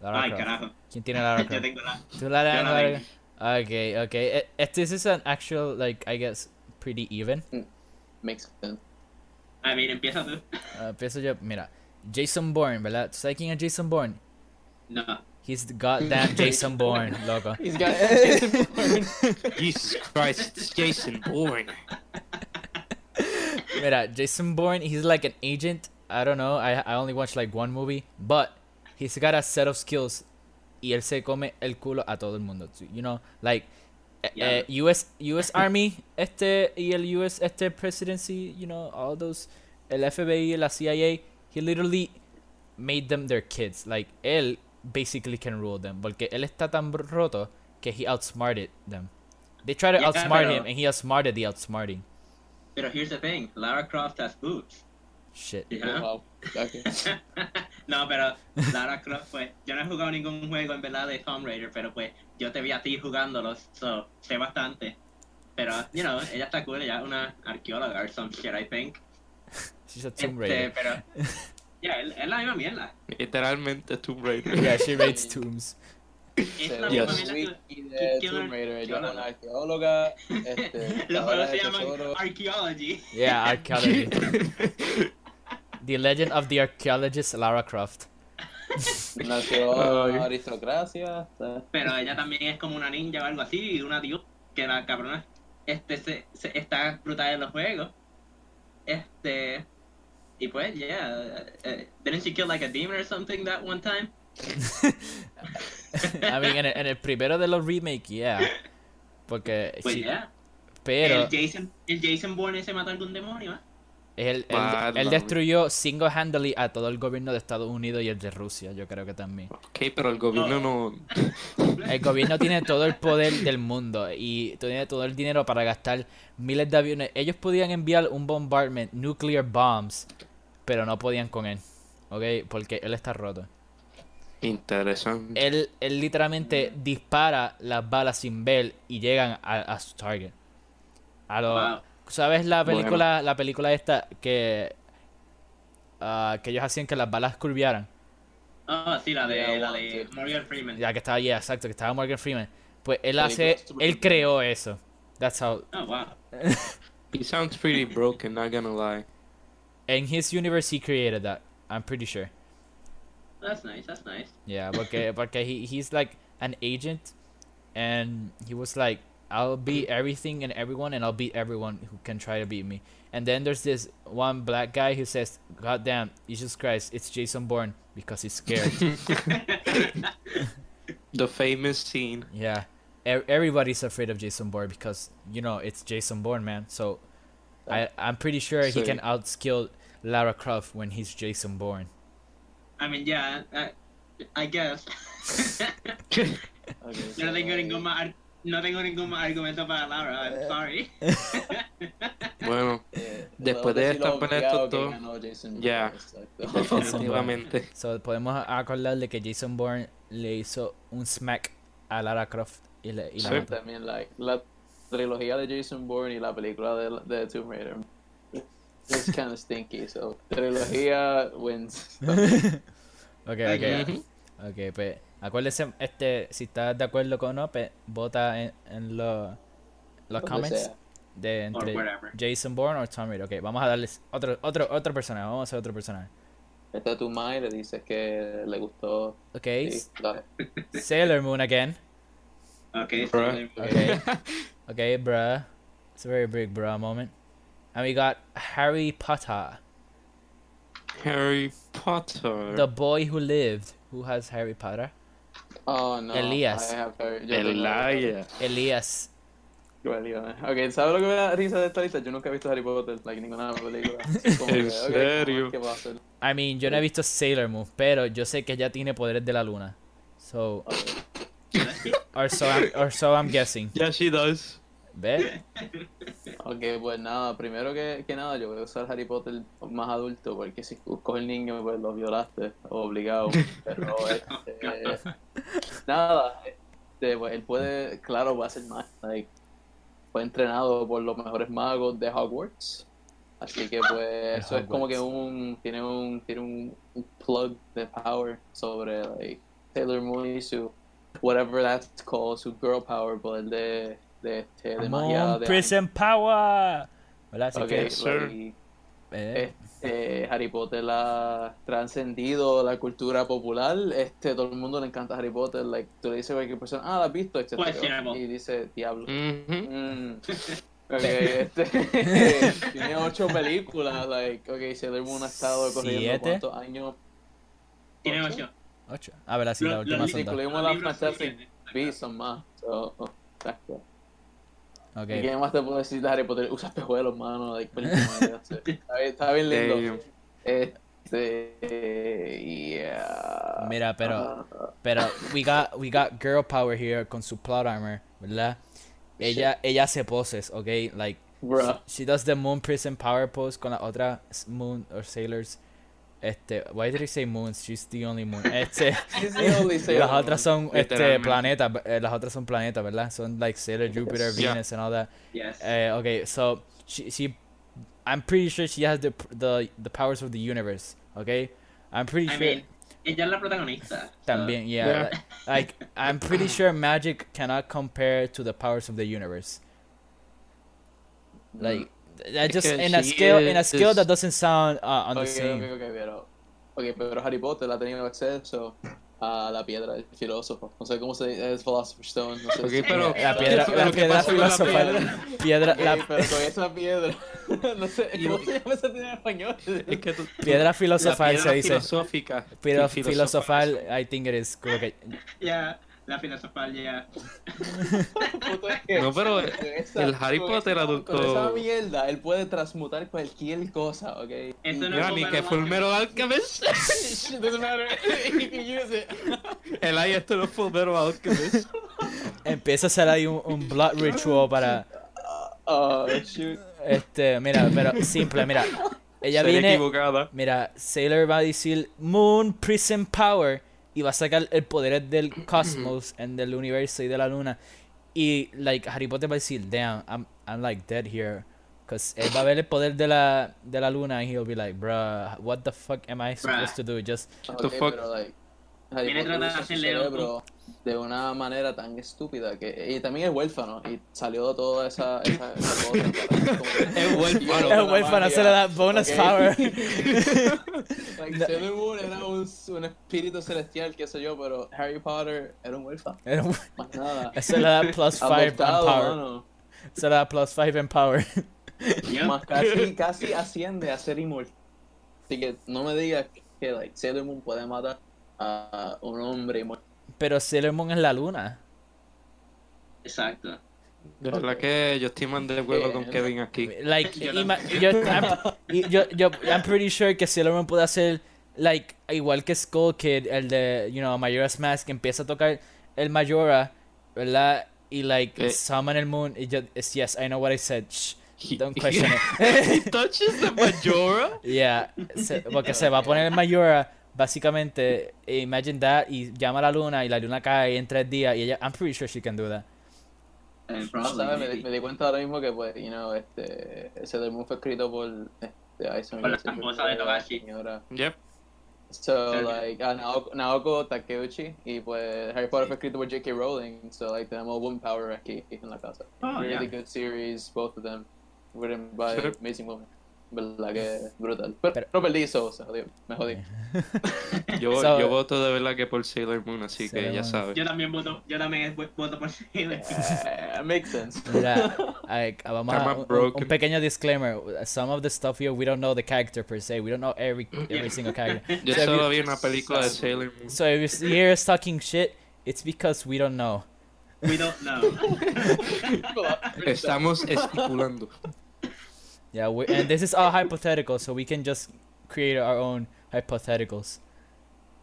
Speaker 3: Lara
Speaker 2: Ay,
Speaker 3: Croft.
Speaker 2: carajo.
Speaker 3: ¿Quién tiene Lara Croft?
Speaker 2: Yo tengo la.
Speaker 3: Tú la
Speaker 2: Yo la
Speaker 3: la-
Speaker 2: tengo.
Speaker 3: Okay, okay. Eh, eh, this is an actual, like, I guess, pretty even.
Speaker 1: Makes sense.
Speaker 2: A ver, empieza tú.
Speaker 3: Uh, pienso yo, mira, Jason Bourne, ¿verdad? ¿Tú sabes quién es Jason Bourne?
Speaker 2: No.
Speaker 3: He's the goddamn Jason Bourne, loco.
Speaker 1: He's got Jason Bourne.
Speaker 4: Jesus Christ, it's Jason Bourne.
Speaker 3: Mira, Jason Bourne, he's like an agent I don't know. I, I only watched like one movie, but he's got a set of skills y él se come el culo a todo el mundo. You know, like eh,
Speaker 2: Yeah.
Speaker 3: eh, US US Army este y el US este presidency, you know, all those el FBI, la CIA, he literally made them their kids. Like él basically can rule them porque él está tan br- roto que he outsmarted them. They try to
Speaker 2: Yeah,
Speaker 3: outsmart
Speaker 2: pero-
Speaker 3: him and he outsmarted the outsmarting.
Speaker 2: Pero here's the thing, Lara Croft has boobs.
Speaker 3: Shit.
Speaker 2: Yeah.
Speaker 1: Wow. ya que-
Speaker 2: no, pero Lara Croft, pues, yo no he jugado ningún juego en verdad de Tomb Raider, pero pues, yo te vi a ti jugándolos, so, sé bastante. Pero, you know, ella está cool, ella es una arqueóloga or some shit, I think.
Speaker 3: She's a
Speaker 2: Este,
Speaker 3: Tomb Raider.
Speaker 2: pero, yeah, es es la misma mierda.
Speaker 4: Literalmente Tomb Raider.
Speaker 3: Yeah, she raids tombs.
Speaker 2: Es la
Speaker 1: Según
Speaker 4: Yes.
Speaker 2: misma
Speaker 1: el
Speaker 2: mierda
Speaker 1: wiki
Speaker 2: ¿Qué-
Speaker 1: de
Speaker 2: qué-
Speaker 1: Tomb Raider, ella es una
Speaker 2: qué-
Speaker 1: arqueóloga,
Speaker 2: que-
Speaker 1: este,
Speaker 2: Los
Speaker 1: cazadora
Speaker 2: juegos se
Speaker 1: de
Speaker 2: llaman
Speaker 1: tesoros.
Speaker 2: Archaeology.
Speaker 3: Yeah, archaeology. The Legend of the Archaeologist Lara Croft.
Speaker 1: Nació
Speaker 4: Ay.
Speaker 1: en la aristocracia. está-
Speaker 2: Pero ella también es como una ninja o algo así, y una dios, que la cabrona este, se, se- está brutal en los juegos. Este. Y pues, yeah. uh, uh, didn't she kill like a demon or something that one time?
Speaker 3: I mean, en el, en el primero de los remake, yeah. Porque
Speaker 2: Pues,
Speaker 3: sí,
Speaker 2: yeah.
Speaker 3: pero
Speaker 2: El Jason, el Jason Bourne se mató a algún demonio, ¿eh?
Speaker 3: él, él-
Speaker 4: Mala
Speaker 3: él
Speaker 4: mía.
Speaker 3: destruyó single-handedly a todo el gobierno de Estados Unidos y el de Rusia, yo creo que también.
Speaker 4: Ok, pero el gobierno no.
Speaker 3: El gobierno tiene todo el poder del mundo y tiene todo el dinero para gastar miles de aviones. Ellos podían enviar un bombardment, nuclear bombs, pero no podían con él, ¿ok? Porque él está roto.
Speaker 4: Interesante.
Speaker 3: él, él literalmente dispara las balas sin ver y llegan a, a su target. A lo-
Speaker 2: Wow.
Speaker 3: ¿Sabes la
Speaker 4: Bueno.
Speaker 3: película, la película esta que, ah, que ellos hacían que las balas curviaran?
Speaker 2: Oh, sí, la de,
Speaker 1: Yeah,
Speaker 2: la de
Speaker 1: wanted.
Speaker 2: Morgan Freeman.
Speaker 3: Ya que estaba, ya, exacto, que estaba Morgan Freeman. Pues él
Speaker 1: Película
Speaker 3: hace,
Speaker 1: estúpida.
Speaker 3: él creó eso. That's how.
Speaker 2: Oh, wow.
Speaker 4: He sounds pretty broken, not gonna lie.
Speaker 3: In his universe he created that. I'm pretty sure.
Speaker 2: That's nice, that's nice.
Speaker 3: Yeah, porque, porque he, he's like an agent and he was like, I'll be everything and everyone and I'll beat everyone who can try to beat me. And then there's this one black guy who says, God damn, Jesus Christ, it's Jason Bourne because he's scared.
Speaker 4: The famous scene.
Speaker 3: yeah. E- everybody's afraid of Jason Bourne because, you know, it's Jason Bourne, man. So I, I'm pretty sure he can outskill Lara Croft when he's Jason Bourne.
Speaker 2: I mean, yeah, I, I guess.
Speaker 1: Ok, Eh,
Speaker 2: Yo no
Speaker 1: so-
Speaker 2: tengo ningún más, ar- no tengo ningún más argumento para Laura, I'm
Speaker 3: Eh.
Speaker 2: sorry.
Speaker 4: Bueno,
Speaker 1: Eh, tengo
Speaker 4: Después de
Speaker 1: que decir lo
Speaker 4: esta pelea,
Speaker 1: obligado
Speaker 4: todo-
Speaker 1: que ganó Jason
Speaker 4: Ya.
Speaker 1: Bourne, exacto.
Speaker 4: definitivamente.
Speaker 3: So, podemos a- acordarle que Jason Bourne le hizo un smack a Lara Croft y, le, y la
Speaker 4: Sí.
Speaker 3: mató.
Speaker 1: También like, la trilogía de Jason Bourne y la película de, de Tomb Raider. It's kind of stinky, so trilogía wins.
Speaker 3: Ok,
Speaker 2: Ay,
Speaker 3: ok.
Speaker 2: ya.
Speaker 3: Ok, pues acuérdese, este, si estás de acuerdo con no, pues vota en, en los- los
Speaker 1: Donde
Speaker 3: comments
Speaker 1: sea.
Speaker 3: de
Speaker 2: Or
Speaker 3: entre
Speaker 2: whatever.
Speaker 3: Jason Bourne o Tom Raider. Ok, vamos a darles otro, otro, otro personaje, vamos a hacer otro personaje.
Speaker 1: Está tu madre le dices que le gustó.
Speaker 3: Ok,
Speaker 1: Sí, dale.
Speaker 3: Sailor Moon again.
Speaker 2: Okay,
Speaker 4: Bruh.
Speaker 2: so-
Speaker 3: Okay. okay, bruh. It's a very big bruh moment. And we got Harry Potter.
Speaker 4: Harry Potter.
Speaker 3: The boy who lived. Who has Harry Potter?
Speaker 1: Oh, no.
Speaker 3: Elías.
Speaker 1: I have heard- yo tengo-
Speaker 4: Elaya.
Speaker 3: Elías.
Speaker 1: Elías. Ok, ¿sabes lo que me da risa de esta lista? Yo nunca he visto Harry Potter, like ninguna película. Es como que,
Speaker 4: ¿En
Speaker 1: ok,
Speaker 4: serio?
Speaker 1: ¿Qué va a hacer?
Speaker 3: I mean, yo no he visto Sailor Moon, pero yo sé que ella tiene poderes de la luna. So, or so I'm, or so I'm guessing.
Speaker 4: Yeah, she does.
Speaker 3: ¿Ves?
Speaker 1: Ok, pues nada, primero que, que nada, yo voy a usar Harry Potter más adulto, porque si coges el niño, pues lo violaste, obligado. Pero, este, nada, este, pues, él puede, claro, va a ser más. like, fue entrenado por los mejores magos de Hogwarts. Así que, pues, eso es como que un. Tiene un, tiene un, un plug de power sobre, like, Taylor Moon y su. Whatever that's called, su girl power, poder de. De, este, de magia
Speaker 3: Moon
Speaker 1: de
Speaker 3: Prison Power. ¿Verdad? Así
Speaker 1: Ok,
Speaker 3: que,
Speaker 4: Yes, sir.
Speaker 1: y,
Speaker 3: eh,
Speaker 1: este, Harry Potter ha trascendido la cultura popular. Este, todo el mundo le encanta Harry Potter. Like, tú le dices a cualquier persona, ah, la has visto, etc.
Speaker 4: Mm-hmm.
Speaker 2: Questionable.
Speaker 3: Mm.
Speaker 1: Y dice, diablo.
Speaker 4: Mhm.
Speaker 1: Mm. Ok, este, tiene ocho películas, like, ok, Sailor Moon ha estado corriendo
Speaker 3: Siete.
Speaker 1: cuántos años.
Speaker 2: Tiene
Speaker 1: ¿Ocho?
Speaker 2: ocho.
Speaker 3: Ocho. Ah, verdad, sí,
Speaker 2: Lo-
Speaker 3: la última
Speaker 2: lo más
Speaker 1: Si
Speaker 3: son dos.
Speaker 2: lindo-
Speaker 1: incluimos las
Speaker 2: Libros
Speaker 1: Fantastic
Speaker 2: tiene.
Speaker 1: Beasts son más. So, oh, exacto. ¿Y
Speaker 3: Ok.
Speaker 1: qué más te puedo decir de Harry Potter? Usa espejuelos, mano, like, película, no sé. está, bien, está bien lindo.
Speaker 4: Damn.
Speaker 1: Este, yeah.
Speaker 3: Mira, pero,
Speaker 1: Ah,
Speaker 3: pero, we got, we got girl power here con su plot armor, ¿verdad? Ella, ella hace poses, ok? Like,
Speaker 1: bruh.
Speaker 3: She does the moon prison power pose con la otra s- moon or sailors. Este, why did I say moons? She's the only moon. Este,
Speaker 1: She's the only Sailor
Speaker 3: las otras son este
Speaker 4: Literalmente.
Speaker 3: planetas, eh, las otras son planetas, ¿verdad? Son like Sailor, Jupiter,
Speaker 4: Yeah.
Speaker 3: Venus and all that.
Speaker 2: Yes.
Speaker 3: Eh, okay, so she she I'm pretty sure she has the p- the the powers of the universe, okay? I'm pretty
Speaker 2: I
Speaker 3: sure
Speaker 2: mean, ella es la protagonista. so-
Speaker 3: también, yeah.
Speaker 4: Yeah.
Speaker 3: like- Like I'm pretty sure magic cannot compare to the powers of the universe. Like that
Speaker 4: Es
Speaker 3: just
Speaker 4: que
Speaker 3: in a
Speaker 4: Mm. she
Speaker 3: scale in a scale that
Speaker 4: is-
Speaker 3: doesn't sound uh, on
Speaker 1: Ok,
Speaker 3: the
Speaker 1: ok,
Speaker 3: same.
Speaker 1: ok, pero, ok, pero Harry Potter ha tenido acceso a la piedra del filósofo. No sé cómo se dice, es Philosopher's Stone. No sé
Speaker 4: Ok,
Speaker 1: si-
Speaker 4: pero-
Speaker 3: La
Speaker 4: ¿qué
Speaker 3: piedra,
Speaker 4: fue
Speaker 3: la
Speaker 4: lo que
Speaker 3: piedra
Speaker 4: pasó con la
Speaker 3: filosofal, piedra,
Speaker 1: Ok,
Speaker 3: la
Speaker 1: pero con esa piedra. no sé,
Speaker 4: Y-
Speaker 1: ¿cómo se llama esa piedra en español?
Speaker 4: Es que tú- tú-
Speaker 3: piedra
Speaker 4: la
Speaker 3: filosofal
Speaker 4: piedra
Speaker 3: se dice.
Speaker 4: filosófica.
Speaker 3: Piedra
Speaker 4: Sí,
Speaker 3: filosofal, I think it is. Como que
Speaker 2: Yeah, la filosofal, yeah.
Speaker 1: Puto, es que-
Speaker 4: No, pero
Speaker 1: con esa-
Speaker 4: el Harry
Speaker 1: con
Speaker 4: Potter
Speaker 1: esa-
Speaker 4: adulto-
Speaker 1: Con esa mierda, él puede transmutar cualquier cosa, ok.
Speaker 2: Eso no
Speaker 4: Mira, ni que fue el mero alchemist.
Speaker 1: It doesn't matter. You can use it.
Speaker 4: El ahí esto no fue mero alchemist.
Speaker 3: empieza a ser ahí un, un blood ritual para
Speaker 1: Oh, shoot.
Speaker 3: Este, mira, pero simple, mira.
Speaker 4: Sería
Speaker 3: Ella viene.
Speaker 4: equivocada.
Speaker 3: Mira, Sailor va a decir Moon Prison Power y va a sacar el poder del cosmos and del universo y de la luna. Y, like, Harry Potter va a decir, damn, I'm, I'm like dead here. Cause él va a ver el poder de la, de la luna y he'll be like, bruh, what the fuck am I supposed to do? Just,
Speaker 4: the
Speaker 1: Ok,
Speaker 4: fuck?
Speaker 1: pero, like, Harry
Speaker 2: Viene
Speaker 1: Potter
Speaker 2: tratando de
Speaker 1: usa su
Speaker 2: hacerle
Speaker 1: cerebro de una manera tan estúpida que y también es huérfano y salió de toda esa, esa, esa cosa
Speaker 4: Es huérfano.
Speaker 3: el huérfano se le da bonus
Speaker 1: Ok.
Speaker 3: power.
Speaker 1: Like, Sailor Moon era un, un espíritu celestial qué sé yo pero Harry Potter era un huérfano
Speaker 3: Era un-
Speaker 1: más nada
Speaker 3: se le da plus 5 en
Speaker 1: Adoptado,
Speaker 3: power.
Speaker 1: mano.
Speaker 3: Se le da plus 5 en power.
Speaker 2: Yup.
Speaker 1: Más casi, casi asciende a ser inmortal. Así que no me digas que like, Sailor Moon puede matar a un hombre inmortal.
Speaker 3: Pero Sailor Moon es la luna.
Speaker 2: Exacto.
Speaker 4: De verdad que yo estoy más de acuerdo
Speaker 3: Eh,
Speaker 4: con Kevin aquí.
Speaker 3: Like,
Speaker 2: Yo
Speaker 3: ima-
Speaker 2: también.
Speaker 3: yo, I'm, y- yo, yo, I'm pretty sure que Sailor Moon puede hacer, like, igual que Skull Kid, el de, you know, Majora's Mask, que empieza a tocar el Majora, ¿verdad? Y, like,
Speaker 4: Eh.
Speaker 3: summon el moon. Y yo, it's, yes, I know what I said. Shh,
Speaker 4: He-
Speaker 3: don't question it.
Speaker 4: He touches the Majora.
Speaker 3: Yeah, se- porque se va a poner el Majora, básicamente, e imagine that, y llama a la luna, y la luna cae en tres días, y ella, I'm pretty sure she can do that.
Speaker 1: ¿Sabes? Me,
Speaker 2: Eh, probably.
Speaker 1: me di cuenta ahora mismo que, pues, you know, este, Sailor Moon fue escrito por este, Aizen
Speaker 2: Por la
Speaker 1: Miyazaki,
Speaker 2: esposa de
Speaker 1: la
Speaker 2: Togashi.
Speaker 1: señora.
Speaker 4: Yep.
Speaker 1: So,
Speaker 2: Sí.
Speaker 1: like, a Naoko, Naoko Takeuchi y pues Harry Potter fue escrito por J.K. Rowling. So, like, tenemos Woman Power aquí en la casa.
Speaker 2: Oh,
Speaker 1: really
Speaker 2: yeah.
Speaker 1: good series, both of them. Written by
Speaker 4: Sure.
Speaker 1: amazing women. ¿Verdad que brutal? Pero,
Speaker 3: Pero-
Speaker 1: no perdí eso, o sea, jodí, me jodí.
Speaker 4: Yo,
Speaker 3: So-
Speaker 4: yo voto de verdad que por Sailor Moon, así
Speaker 3: Sailor
Speaker 4: que ya
Speaker 3: Moon.
Speaker 4: sabes.
Speaker 2: Yo también voto, yo también voto por Sailor.
Speaker 1: Eh, makes sense.
Speaker 3: Mira, ay, vamos
Speaker 4: I'm
Speaker 3: a
Speaker 4: a
Speaker 3: un- un,
Speaker 4: broken-
Speaker 3: pequeño disclaimer. Some of the stuff here, we don't know the character per se. We don't know every every single character.
Speaker 4: Yo
Speaker 3: So if
Speaker 4: solo
Speaker 3: you-
Speaker 4: vi una película de Sailor Moon.
Speaker 3: So if you hear us talking shit, it's because we don't know.
Speaker 2: We don't know.
Speaker 4: Estamos estipulando.
Speaker 3: Yeah, we, and this is all hypothetical, so we can just create our own hypotheticals.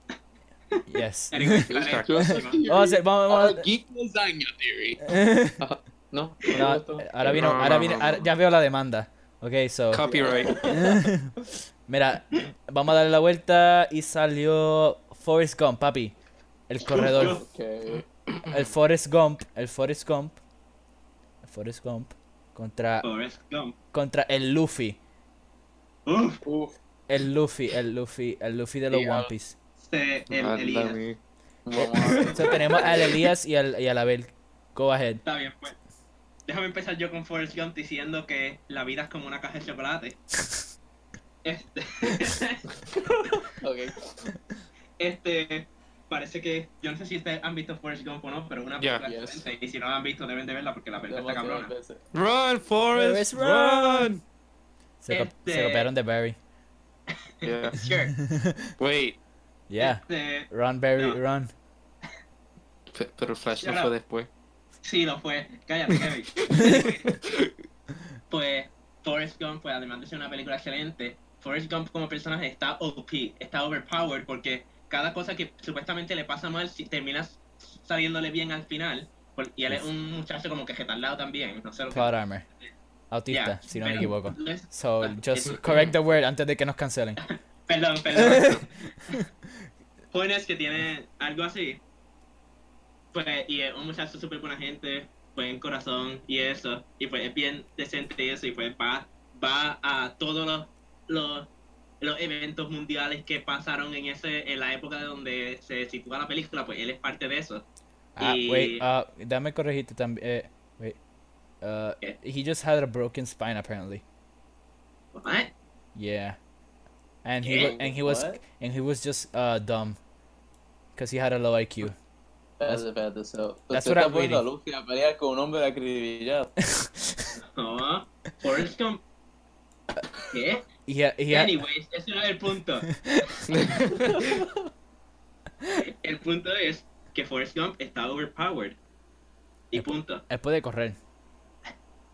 Speaker 3: Yes.
Speaker 2: Anyway, vale, próximo.
Speaker 3: Vamos a hacer- vamos- vamos-
Speaker 1: Geek Lasagna Theory. No, no,
Speaker 3: no,
Speaker 1: no.
Speaker 3: ahora vino,
Speaker 4: No,
Speaker 3: ahora
Speaker 4: no,
Speaker 3: vino,
Speaker 4: no,
Speaker 3: ahora-
Speaker 4: no.
Speaker 3: ya veo la demanda. Okay, so.
Speaker 4: Copyright.
Speaker 3: Mira, vamos a darle la vuelta y salió Forrest Gump, papi. El corredor.
Speaker 1: Okay.
Speaker 3: El Forrest Gump, el Forrest Gump, el Forrest Gump contra
Speaker 2: Forrest Gump.
Speaker 3: contra el Luffy,
Speaker 2: Uf,
Speaker 1: Uf,
Speaker 3: el Luffy, el Luffy, el Luffy de los
Speaker 1: Diablo.
Speaker 3: One Piece. Eh,
Speaker 2: se, el,
Speaker 4: Ah,
Speaker 2: el Ida.
Speaker 4: la mía.
Speaker 1: vamos a ver.
Speaker 3: So, tenemos al Elías y al y al Abel. Go ahead.
Speaker 2: Está bien, pues. Déjame empezar yo con Forrest Gump diciendo que la vida es como una caja de chocolate. Este.
Speaker 1: Ok.
Speaker 2: este. parece que, yo no sé si ustedes han visto Forrest Gump o no, pero una
Speaker 4: Yeah.
Speaker 2: película
Speaker 1: Yes.
Speaker 2: excelente, y si no la han visto deben de verla porque la película está cabrona.
Speaker 4: Run, Forrest,
Speaker 3: Forrest, run.
Speaker 4: run.
Speaker 3: Se, co- se
Speaker 2: Este-
Speaker 3: copiaron de Barry.
Speaker 4: Yeah.
Speaker 2: Sure.
Speaker 4: Wait,
Speaker 3: Yeah.
Speaker 2: Este,
Speaker 3: Run, Barry,
Speaker 2: No.
Speaker 3: run.
Speaker 4: pe- pero Flash no
Speaker 2: Shut
Speaker 4: fue
Speaker 2: up.
Speaker 4: después.
Speaker 2: sí, lo fue. Cállate, Kevin. pues, Forrest Gump, pues, además de ser una película excelente, Forrest Gump como personaje está OP, está overpowered, porque cada cosa que supuestamente le pasa mal, si terminas saliéndole bien al final, por- y él es un muchacho como que retardado también, no sé lo que...
Speaker 3: Cloud Armor. Autista,
Speaker 2: Yeah, Ah,
Speaker 3: si no me
Speaker 2: pero-
Speaker 3: equivoco. So, just correct the word antes de que nos cancelen.
Speaker 2: Perdón, perdón. Jóvenes que tienen algo así. Pues, y es un muchacho súper buena gente, buen corazón y eso. Y pues es bien decente y eso. Y pues va, va a todos los, los, los eventos mundiales que pasaron en ese en la época de donde se sitúa la película. Pues él es parte de eso.
Speaker 3: Ah,
Speaker 2: Y-
Speaker 3: wait, uh, dame corregirte también. Eh, wait. Uh,
Speaker 2: ¿Qué?
Speaker 3: he just had a broken spine apparently.
Speaker 2: What?
Speaker 3: Yeah. And he
Speaker 2: ¿Qué?
Speaker 3: wa- and he was
Speaker 1: What?
Speaker 3: and he was just uh dumb. Cause he had a low IQ.
Speaker 1: Espérate, espérate. So,
Speaker 3: That's
Speaker 1: usted
Speaker 3: what
Speaker 1: está
Speaker 3: I'm
Speaker 1: poniendo a
Speaker 3: reading.
Speaker 1: Luffy a pelear con un hombre acribillado.
Speaker 2: No. Forrest Gump. ¿Qué?
Speaker 3: He ha- he ha-
Speaker 2: Anyways, ese no es el punto. el punto es que Forrest Gump está overpowered. Y punto.
Speaker 3: él puede correr.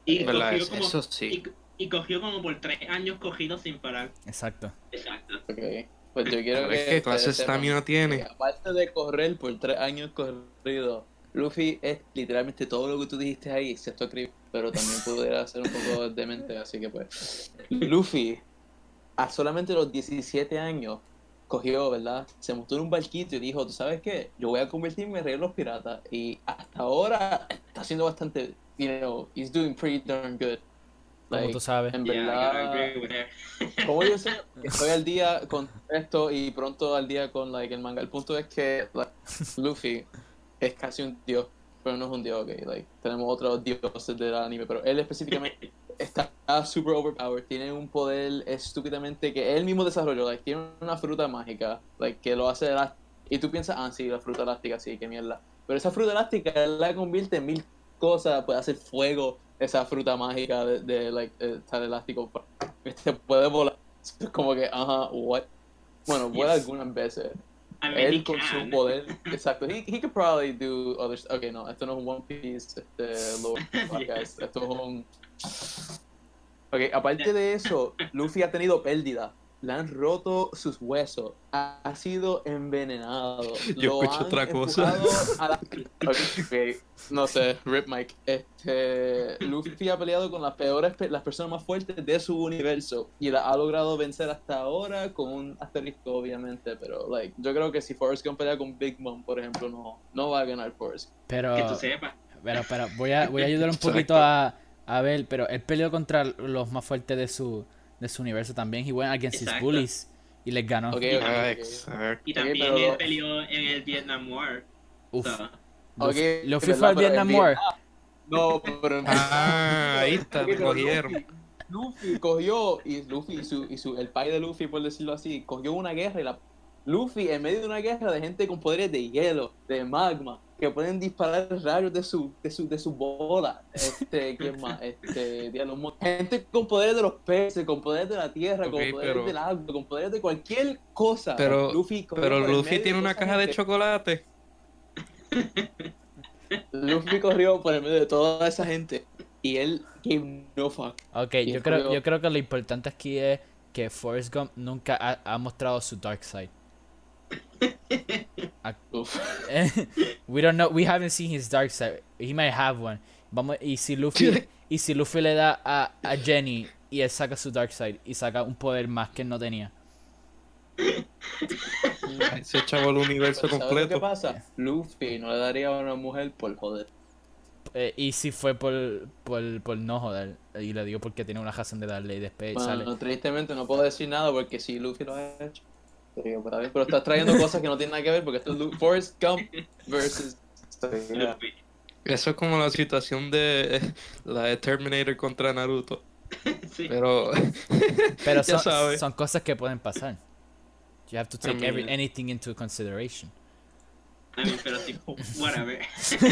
Speaker 2: Y
Speaker 4: ¿Verdad?
Speaker 2: cogió
Speaker 4: Es-
Speaker 2: como,
Speaker 4: Eso sí.
Speaker 2: y, y cogió como por tres años cogido sin parar.
Speaker 3: Exacto.
Speaker 2: Exacto.
Speaker 1: Ok. Pues yo quiero que.
Speaker 4: ¿Qué, ¿Qué clase de
Speaker 1: ustedes sepan
Speaker 4: stamina
Speaker 1: que
Speaker 4: tiene? Ah,
Speaker 1: Aparte de correr por tres años corrido, Luffy es literalmente todo lo que tú dijiste ahí, excepto Creep, pero también pudiera ser un poco demente, así que pues. Luffy, a solamente los 17 años, cogió, ¿verdad? Se montó en un barquito y dijo, ¿tú sabes qué? Yo voy a convertirme en rey de los piratas. Y hasta ahora está haciendo bastante, you know, he's doing pretty darn good.
Speaker 3: Como
Speaker 1: Like,
Speaker 3: tú sabes.
Speaker 1: En
Speaker 2: Yeah, I gotta
Speaker 1: verdad,
Speaker 2: agree with that.
Speaker 1: como yo sé que estoy al día con esto y pronto al día con like, el manga? El punto es que like, Luffy es casi un dios, pero no es un dios, ok. Like, tenemos otros dioses del anime, pero él específicamente está super overpowered. Tiene un poder estúpidamente que él mismo desarrolló. Like, tiene una fruta mágica like, que lo hace elás- Y tú piensas, ah, sí, la fruta elástica, sí, qué mierda. Pero esa fruta elástica él la convierte en mil cosas, puede hacer fuego. Esa fruta mágica de, de like, eh, estar elástico este puede volar. Es como que, ajá, what? Bueno, vuela
Speaker 2: Yes.
Speaker 1: algunas veces.
Speaker 2: I mean, he
Speaker 1: Él con
Speaker 2: can.
Speaker 1: su poder, exacto. He, he could probably do other s- Ok, no, esto no es un One Piece, este, Lord podcast. Esto es un. Ok, aparte de eso, Luffy ha tenido pérdida. Le han roto sus huesos. Ha, ha sido envenenado.
Speaker 4: Yo
Speaker 1: Lo
Speaker 4: escucho
Speaker 1: han
Speaker 4: otra cosa.
Speaker 1: empujado a la- Ok, ok, No sé, Rip Mike. Este, Luffy ha peleado con las peores, pe- las personas más fuertes de su universo y la ha logrado vencer hasta ahora con un asterisco, obviamente. Pero, like, yo creo que si Forrest Gump pelea con Big Mom, por ejemplo, no, no va a ganar Forrest.
Speaker 3: Pero
Speaker 2: Que tú sepas.
Speaker 3: Pero, pero, voy a, voy a ayudar un
Speaker 4: Exacto.
Speaker 3: poquito a, a ver, pero él peleó contra los más fuertes de su, de su universo también. He went against his
Speaker 2: Exacto.
Speaker 3: bullies y les ganó.
Speaker 1: Ok, ok,
Speaker 4: Ah,
Speaker 1: ok.
Speaker 4: Exacto.
Speaker 2: Y también
Speaker 1: pero-
Speaker 2: él peleó en el Vietnam War.
Speaker 3: Uf,
Speaker 2: so,
Speaker 3: Luffy-
Speaker 1: ok,
Speaker 3: Luffy
Speaker 1: ¿verdad?
Speaker 3: fue al
Speaker 1: Pero en
Speaker 3: Vietnam
Speaker 1: Vietnam-
Speaker 3: War.
Speaker 1: No, pero en
Speaker 4: Ah, ahí está, te
Speaker 1: Pero
Speaker 4: cogieron.
Speaker 1: Luffy- Luffy cogió y Luffy y su, y su el pai de Luffy, por decirlo así, cogió una guerra y la Luffy en medio de una guerra de gente con poderes de hielo, de magma, que pueden disparar rayos de su de su de su bola, este, ¿qué más? Este, diablo, mo- gente con poderes de los peces, con poderes de la tierra,
Speaker 4: Ok,
Speaker 1: con poderes
Speaker 4: pero-
Speaker 1: del agua, con poderes de cualquier cosa.
Speaker 4: Pero-
Speaker 1: Luffy cogió
Speaker 4: Pero
Speaker 1: por el
Speaker 4: Luffy
Speaker 1: medio
Speaker 4: tiene
Speaker 1: toda
Speaker 4: una
Speaker 1: esa
Speaker 4: caja de
Speaker 1: gente.
Speaker 4: chocolate.
Speaker 1: Luffy corrió por el medio de toda esa gente y él que no fuck.
Speaker 3: Ok,
Speaker 1: Sí,
Speaker 3: yo creo,
Speaker 1: pero-
Speaker 3: yo creo que lo importante aquí es que Forrest Gump nunca ha, ha mostrado su dark side.
Speaker 1: Uf.
Speaker 3: we don't know, we haven't seen his dark side. He might have one. Vamos, y si Luffy, y si Luffy le da a, a Jenny y él saca su dark side y saca un poder más que él no tenía.
Speaker 4: Se echaba el universo
Speaker 1: Pero, ¿sabes lo que
Speaker 4: completo.
Speaker 1: pasa? Luffy no le daría a una mujer por joder.
Speaker 3: Eh, y si fue por, por, por no joder. Y le digo porque tiene una razón de darle y después
Speaker 1: Bueno,
Speaker 3: sale.
Speaker 1: no, tristemente no puedo decir nada porque si Luffy lo ha hecho. te digo, pues, está bien, Pero estás trayendo cosas que no tienen nada que ver porque esto es Lu- Forrest Gump versus. Ah, Yeah.
Speaker 2: Luffy.
Speaker 4: Eso es como la situación de eh, la de Terminator contra Naruto.
Speaker 2: Sí.
Speaker 4: Pero
Speaker 3: Pero
Speaker 4: ya
Speaker 3: son,
Speaker 4: sabes.
Speaker 3: son cosas que pueden pasar. You have to take every,
Speaker 4: También.
Speaker 3: anything into consideration.
Speaker 2: I mean, pero sí, whatever.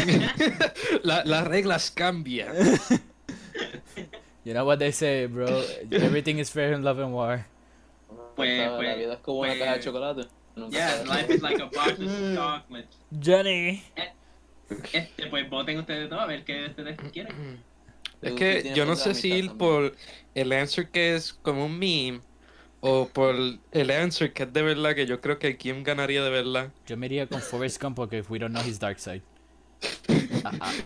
Speaker 4: La- las reglas cambian.
Speaker 3: You know what they say, bro. Everything is fair in love and war.
Speaker 2: Pues-
Speaker 1: la,
Speaker 2: pues-
Speaker 1: vida es como una
Speaker 2: pues-
Speaker 1: caja de chocolate. Nunca
Speaker 2: yeah,
Speaker 1: sabes.
Speaker 2: life is like a box of chocolate.
Speaker 3: Johnny.
Speaker 2: Este, pues voten ustedes dos a ver qué ustedes quieren.
Speaker 1: Tú-
Speaker 4: Es
Speaker 1: tú
Speaker 4: que
Speaker 1: tienes
Speaker 4: yo no
Speaker 1: otra
Speaker 4: sé si
Speaker 1: mitad
Speaker 4: ir
Speaker 1: también.
Speaker 4: por el answer que es como un meme o por el answer que es de verdad, que yo creo que Kim ganaría de verdad.
Speaker 3: Yo me iría con Forrest Gump porque we don't know his dark side. Uh,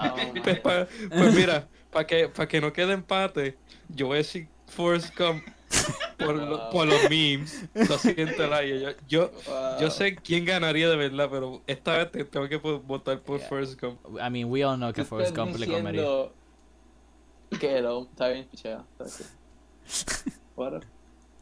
Speaker 1: Oh, my God.
Speaker 4: Pues, pa- pues mira, para que, pa' que no quede empate, yo voy a decir Forrest Gump por, lo-
Speaker 1: Wow.
Speaker 4: por los memes. Lo siento, Laia. Yo, yo,
Speaker 2: Pues,
Speaker 1: Wow.
Speaker 4: yo sé quién ganaría de verdad, pero esta vez te- tengo que po- votar por
Speaker 3: Yeah.
Speaker 4: Forrest Gump.
Speaker 3: I mean, we all know
Speaker 1: Tú
Speaker 3: que Forrest
Speaker 1: estás
Speaker 3: Gump le comería.
Speaker 1: diciendo Que el hombre está bien pichea. está bien. What a-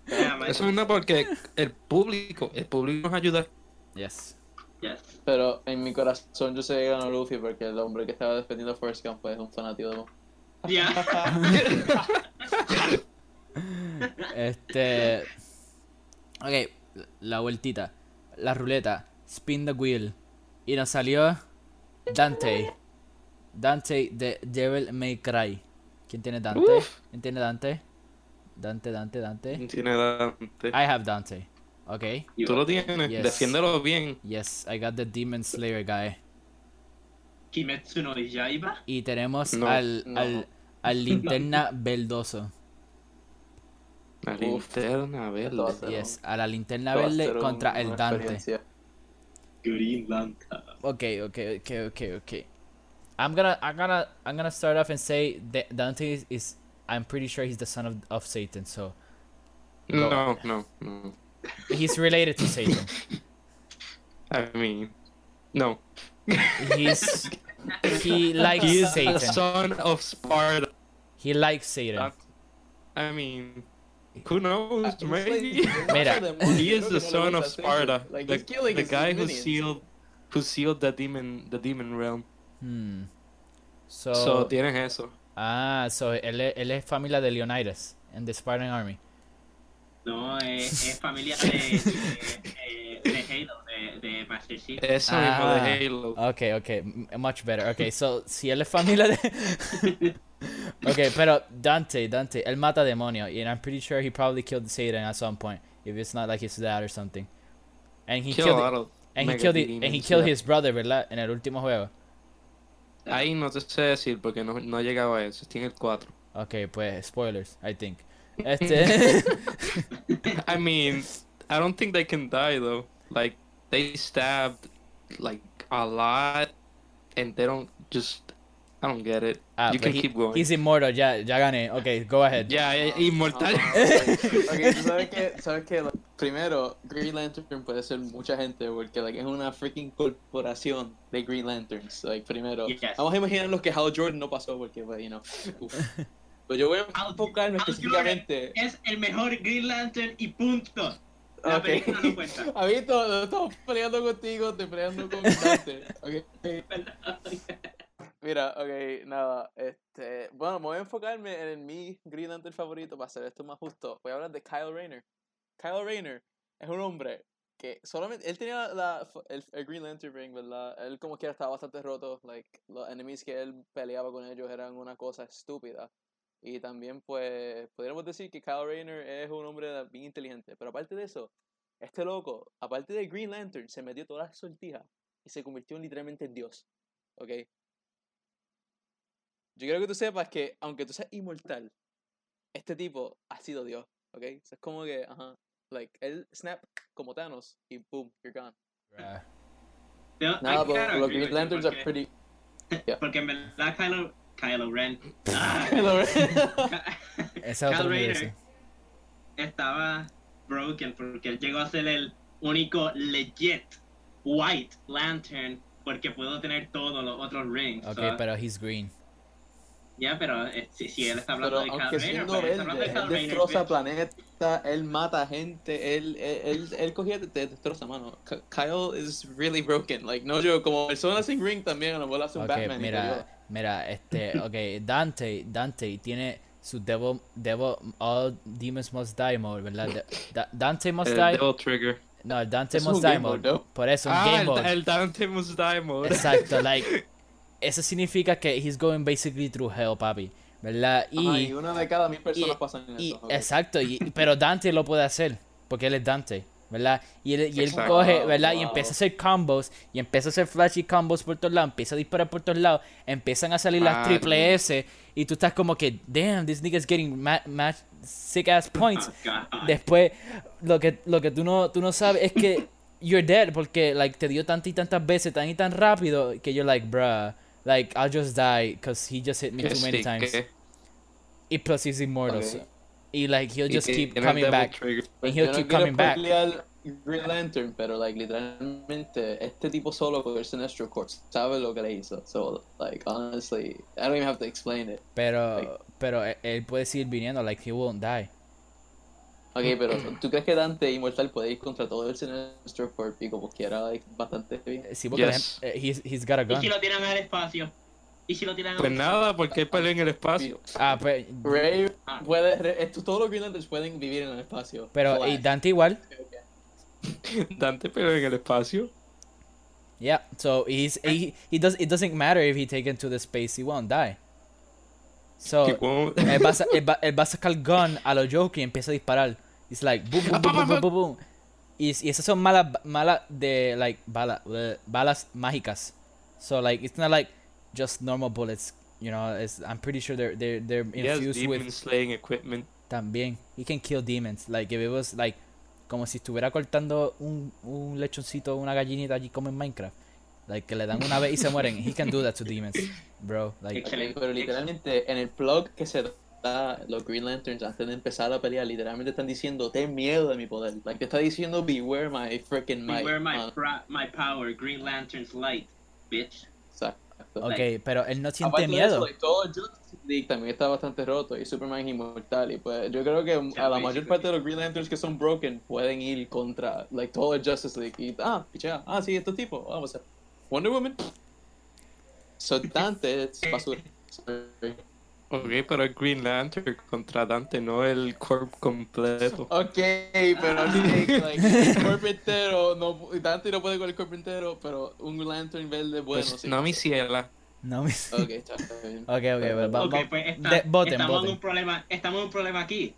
Speaker 2: Yeah, man.
Speaker 4: Eso es una porque el público, el público nos ayuda.
Speaker 3: Yes.
Speaker 2: Yes.
Speaker 1: Pero en mi corazón yo sé que ganó Luffy porque el hombre que estaba defendiendo a Forrest Gump es un fanático de
Speaker 2: Yeah.
Speaker 3: Este. Ok, la vueltita. La ruleta. Spin the wheel. Y nos salió Dante. Dante de Devil May Cry. ¿Quién tiene Dante? ¿Quién tiene Dante? Dante, Dante, Dante.
Speaker 4: Tiene Dante.
Speaker 3: I have Dante. Ok.
Speaker 4: Tú lo tienes,
Speaker 3: Yes.
Speaker 4: defiéndelo bien.
Speaker 3: Yes, I got the Demon Slayer guy.
Speaker 2: Kimetsu no Yaiba.
Speaker 3: Y tenemos
Speaker 4: No,
Speaker 3: al,
Speaker 1: no.
Speaker 3: al, al linterna verdoso.
Speaker 4: La
Speaker 1: Uf.
Speaker 4: linterna
Speaker 1: Todo
Speaker 4: verde.
Speaker 1: hace- Pero-
Speaker 3: Yes, a la linterna
Speaker 1: Esto va a
Speaker 3: verde
Speaker 1: ser un-
Speaker 3: contra
Speaker 1: una
Speaker 3: el Dante.
Speaker 1: experiencia.
Speaker 2: Green Lantern.
Speaker 3: Ok, ok, ok, ok, ok. I'm gonna, I'm gonna, I'm gonna start off and say that Dante is, is I'm pretty sure he's the son of, of Satan, so
Speaker 4: No, no, no.
Speaker 3: he's related to Satan.
Speaker 4: I mean, no.
Speaker 3: He's he likes
Speaker 4: He is the
Speaker 3: Satan.
Speaker 4: son of Sparta.
Speaker 3: He likes Satan.
Speaker 4: I mean, who knows?
Speaker 1: He's
Speaker 4: Maybe
Speaker 1: like-
Speaker 3: Mira.
Speaker 4: he
Speaker 1: Creo que
Speaker 4: is the
Speaker 1: no le
Speaker 4: son of
Speaker 1: gusta hacer-
Speaker 4: Sparta,
Speaker 1: like,
Speaker 4: the,
Speaker 1: he's killing
Speaker 4: the
Speaker 1: his
Speaker 4: guy who
Speaker 1: minions.
Speaker 4: sealed, who sealed the demon, the demon realm.
Speaker 3: Hmm. So,
Speaker 4: So tienes eso.
Speaker 3: ah, so él, es- él es familia de Leonidas en the Spartan Army.
Speaker 2: No, eh, es, es familia de, de, de, de Halo, de, de Master Chief.
Speaker 4: Eso mismo
Speaker 3: Ah,
Speaker 4: de Halo.
Speaker 3: Okay, okay, m- much better. Okay, so si él es familia de Okay, pero Dante, Dante, él mata demonio and I'm pretty sure he probably killed Satan at some point if it's not like his dad or something. And he
Speaker 4: Kill a lot
Speaker 3: killed
Speaker 4: of
Speaker 3: and he
Speaker 4: mega
Speaker 3: killed it- and he
Speaker 4: demons,
Speaker 3: killed
Speaker 4: yeah.
Speaker 3: his brother, ¿verdad? En el último juego.
Speaker 4: Ahí no te sé decir porque no, no he llegado a eso. Tiene el 4.
Speaker 3: Okay, pues spoilers, I think. Este
Speaker 4: I mean, I don't think they can die though. Like they stabbed like a lot, and they don't just. I don't get it.
Speaker 3: ah,
Speaker 4: you
Speaker 3: pues
Speaker 4: can
Speaker 3: he-
Speaker 4: keep going.
Speaker 3: He's immortal, ya ya gané. Okay, go ahead.
Speaker 4: Yeah, yeah, eh, inmortal.
Speaker 1: Ok, tú sabes que, sabes que like, primero, Green Lantern puede ser mucha gente porque like, es una freaking corporación de Green Lanterns. Like, primero,
Speaker 2: Yes.
Speaker 1: vamos a imaginarnos que Hal Jordan no pasó porque, pues, you know. uf. Pero yo voy a
Speaker 2: Hal-
Speaker 1: enfocarme
Speaker 2: Hal
Speaker 1: específicamente.
Speaker 2: Es el mejor Green Lantern y punto. La
Speaker 1: Ok.
Speaker 2: película no cuenta.
Speaker 1: A mí todo- no estamos peleando contigo, estoy peleando con Dante. Ok. Mira, ok, nada, este, bueno, me voy a enfocarme en el- mi Green Lantern favorito para hacer esto más justo. Voy a hablar de Kyle Rayner. Kyle Rayner es un hombre que solamente, él tenía la, fo- el, el Green Lantern ring, ¿verdad? Él como quiera estaba bastante roto, like, los enemies que él peleaba con ellos eran una cosa estúpida. Y también, pues, podríamos decir que Kyle Rayner es un hombre bien inteligente, pero aparte de eso, este loco, aparte de Green Lantern, se metió todas las sortijas y se convirtió en literalmente en Dios, ¿ok? Yo quiero que tú sepas que, aunque tú seas inmortal, este tipo ha sido Dios, ¿ok? O sea, es como que, ajá, like, él snap como Thanos y boom, you're gone.
Speaker 3: Bruh.
Speaker 2: No,
Speaker 1: Nada,
Speaker 2: ah,
Speaker 1: pero
Speaker 2: claro,
Speaker 1: los
Speaker 2: Green
Speaker 1: Green Lanterns are
Speaker 2: porque-
Speaker 1: pretty...
Speaker 2: Porque en verdad Kylo, Kylo Ren. Ah,
Speaker 3: Ese es
Speaker 2: Kyle
Speaker 3: otro
Speaker 2: Rayner.
Speaker 3: universo.
Speaker 2: estaba broken porque él llegó a ser el único legit White Lantern porque pudo tener todos los otros rings.
Speaker 3: Okay,
Speaker 2: so-
Speaker 3: pero he's green.
Speaker 2: Ya, pero eh, si, si él está
Speaker 1: Pero
Speaker 2: hablando de
Speaker 1: aunque
Speaker 2: Kyle Rayner,
Speaker 1: siendo
Speaker 2: pues él está
Speaker 1: verde,
Speaker 2: hablando de
Speaker 1: él
Speaker 2: Kyle Rayner.
Speaker 1: destroza
Speaker 2: bitch.
Speaker 1: planeta, él mata gente, él, él, él, él cogía, te destroza, mano. K- Kyle is really broken. Like, no, yo como persona sin ring también, a lo mejor hace un
Speaker 3: Ok,
Speaker 1: Batman. y
Speaker 3: mira,
Speaker 1: todo.
Speaker 3: mira, este, ok, Dante, Dante tiene su Devil, Devil, All Demons Must Die mode, ¿verdad? Da- Da- Dante Must
Speaker 4: El
Speaker 3: Die,
Speaker 4: Devil Eh, Trigger.
Speaker 3: No, el Dante
Speaker 1: Es
Speaker 3: Must
Speaker 1: un
Speaker 3: Die
Speaker 1: game
Speaker 3: mode.
Speaker 1: mode, ¿no?
Speaker 3: Por eso, un
Speaker 4: ah,
Speaker 3: Game
Speaker 4: el,
Speaker 3: Mode.
Speaker 4: el Dante Must Die Mode.
Speaker 3: Exacto, like. Eso significa que he's going basically through hell, papi. ¿Verdad? Y.
Speaker 1: Ajá, y una de cada mil personas
Speaker 3: y-
Speaker 1: pasan en
Speaker 3: y-
Speaker 1: eso. ok.
Speaker 3: Exacto, y- pero Dante lo puede hacer, porque él es Dante, ¿verdad? Y él, y él
Speaker 4: Exacto.
Speaker 3: coge, ¿verdad? Y
Speaker 1: Wow.
Speaker 3: empieza a hacer combos, y empieza a hacer flashy combos por todos lados, empieza a disparar por todos lados, empiezan a salir las
Speaker 4: Mano.
Speaker 3: triple S, y tú estás como que, damn, this nigga's getting ma- ma- sick ass points.
Speaker 2: God.
Speaker 3: Después, lo que, lo que tú, no, tú no sabes es que you're dead, porque like, te dio tantas y tantas veces, tan y tan rápido, que you're like, bruh, like, I'll just die, because he just hit me
Speaker 4: Que
Speaker 3: too many
Speaker 4: sí,
Speaker 3: times.
Speaker 4: que-
Speaker 3: Y plus he's immortal.
Speaker 1: Ok.
Speaker 3: so- Y like he'll
Speaker 4: y
Speaker 3: just
Speaker 4: que
Speaker 3: keep
Speaker 4: tiene
Speaker 3: coming
Speaker 4: Devil
Speaker 3: back.
Speaker 4: Trigger.
Speaker 3: And
Speaker 1: Pues, Yo
Speaker 3: he'll
Speaker 1: no
Speaker 3: keep
Speaker 1: quiero
Speaker 3: coming back.
Speaker 1: spoilear Green Lantern, pero like literalmente este tipo solo con el Sinestro Corps sabe lo que le hizo. So like honestly, I don't even have to explain it.
Speaker 3: Pero, pero e- él puede seguir viniendo, like he won't die.
Speaker 1: Ok, pero ¿tú crees que Dante e Inmortal puede ir contra todo el Sinestro Corps y como quiera like bastante bien?
Speaker 3: Sí, porque
Speaker 4: Yes.
Speaker 3: por ejemplo, eh, he's, he's got a
Speaker 2: ¿Y
Speaker 3: gun.
Speaker 2: si lo tiran al espacio? ¿Y si lo tiran
Speaker 4: Pues
Speaker 2: al espacio?
Speaker 4: nada, porque él peleó en el espacio.
Speaker 3: Ah, pe-
Speaker 1: Ray
Speaker 2: Ah.
Speaker 1: puede, re- esto- todos los Green Lanterns pueden vivir en el espacio.
Speaker 3: pero y
Speaker 1: Flash.
Speaker 3: Dante igual.
Speaker 1: Ok.
Speaker 4: Dante peleó en el espacio.
Speaker 3: Yeah, so he's he, he does it doesn't matter if he taken to the space, he won't die. So
Speaker 4: Y como-
Speaker 3: él va, a sa- él va- él va a sacar gun a los Joker y empieza a disparar. It's like boom, boom, boom, boom, boom, boom, boom. Y, y esas son malas, malas de like bala, bleh, balas mágicas. So like it's not like just normal bullets, you know. It's, I'm pretty sure they're they're they're
Speaker 4: He has
Speaker 3: infused
Speaker 4: demon
Speaker 3: with
Speaker 4: slaying equipment.
Speaker 3: también. He can kill demons. Like if it was like como si estuviera cortando un, un lechoncito, una gallinita allí como en Minecraft. Like que le dan una vez y se mueren. He can do that to demons, bro. Like
Speaker 1: Ok, pero literalmente en el blog que se da los Green Lanterns antes de empezar la pelea, literalmente están diciendo ten miedo de mi poder. Like te está diciendo beware my freaking might.
Speaker 2: Beware my,
Speaker 1: Ah,
Speaker 2: pro- my power, Green Lantern's light, bitch.
Speaker 1: exacto.
Speaker 3: okay, pero él no
Speaker 1: Aparte
Speaker 3: siente
Speaker 1: de
Speaker 3: miedo.
Speaker 1: eso, like, todo Justice League también está bastante roto y Superman es inmortal y pues yo creo que a la mayor parte de los Green Lanterns que son broken pueden ir contra like todo el Justice League y ah pichea ah sí estos tipos vamos a Wonder Woman so Dante es basura Sorry.
Speaker 4: Ok, pero el Green Lantern contra Dante, no el corp completo.
Speaker 1: Ok, pero sí, like, el cuerpo entero, no, Dante no puede con el cuerpo entero, pero un Lantern verde bueno,
Speaker 4: Pues
Speaker 1: sí.
Speaker 4: no, mi ciela.
Speaker 3: No me.
Speaker 1: Ok, está bien.
Speaker 3: Okay, okay, well, va-
Speaker 2: Ok,
Speaker 3: va-
Speaker 2: pues está-
Speaker 3: de- voten,
Speaker 2: estamos, En
Speaker 3: voten.
Speaker 2: un problema, estamos en un problema aquí.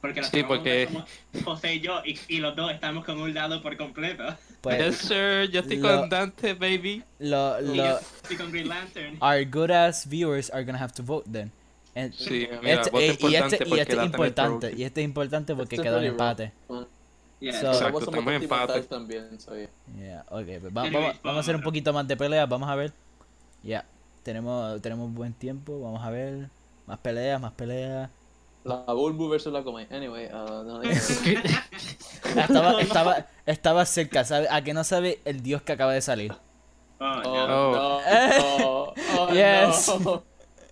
Speaker 2: Porque los
Speaker 4: Sí,
Speaker 2: que vamos a
Speaker 4: porque-
Speaker 2: votar somos José y yo, y, y los dos estamos con un lado por completo.
Speaker 4: yes,
Speaker 3: Pues
Speaker 4: sir, yo estoy
Speaker 3: lo-
Speaker 4: con Dante, baby.
Speaker 3: lo,
Speaker 2: Y yo
Speaker 3: lo,
Speaker 2: estoy con Green Lantern.
Speaker 3: our good ass viewers are gonna have to vote then. And-
Speaker 4: Sí,
Speaker 1: Este-
Speaker 4: mira,
Speaker 3: este-
Speaker 4: voten
Speaker 3: eh,
Speaker 4: por
Speaker 3: y
Speaker 4: Dante
Speaker 3: este, y
Speaker 4: porque
Speaker 3: este
Speaker 4: Dante
Speaker 3: es
Speaker 4: no es
Speaker 3: importante,
Speaker 4: broken.
Speaker 3: y este es importante porque
Speaker 1: Este
Speaker 3: quedó en
Speaker 1: es really
Speaker 3: empate.
Speaker 2: Yeah.
Speaker 3: So-
Speaker 1: Exacto,
Speaker 4: Exacto, estamos en empate.
Speaker 1: empatados también, soy.
Speaker 3: Yeah, okay, pues va- vamos,
Speaker 2: Anyways,
Speaker 3: vamos a
Speaker 2: vamos
Speaker 3: hacer un
Speaker 2: ahora.
Speaker 3: poquito más de peleas, vamos a ver. Ya, tenemos, tenemos buen tiempo, vamos a ver. Más peleas, más peleas.
Speaker 1: La Bulbu versus la Comay. Anyway, ah, no, no,
Speaker 3: Estaba, estaba, estaba cerca, ¿sabe? A que no sabe el dios que acaba de salir.
Speaker 2: Oh,
Speaker 1: Oh,
Speaker 2: no.
Speaker 1: no, oh, oh,
Speaker 3: Yes.
Speaker 1: no.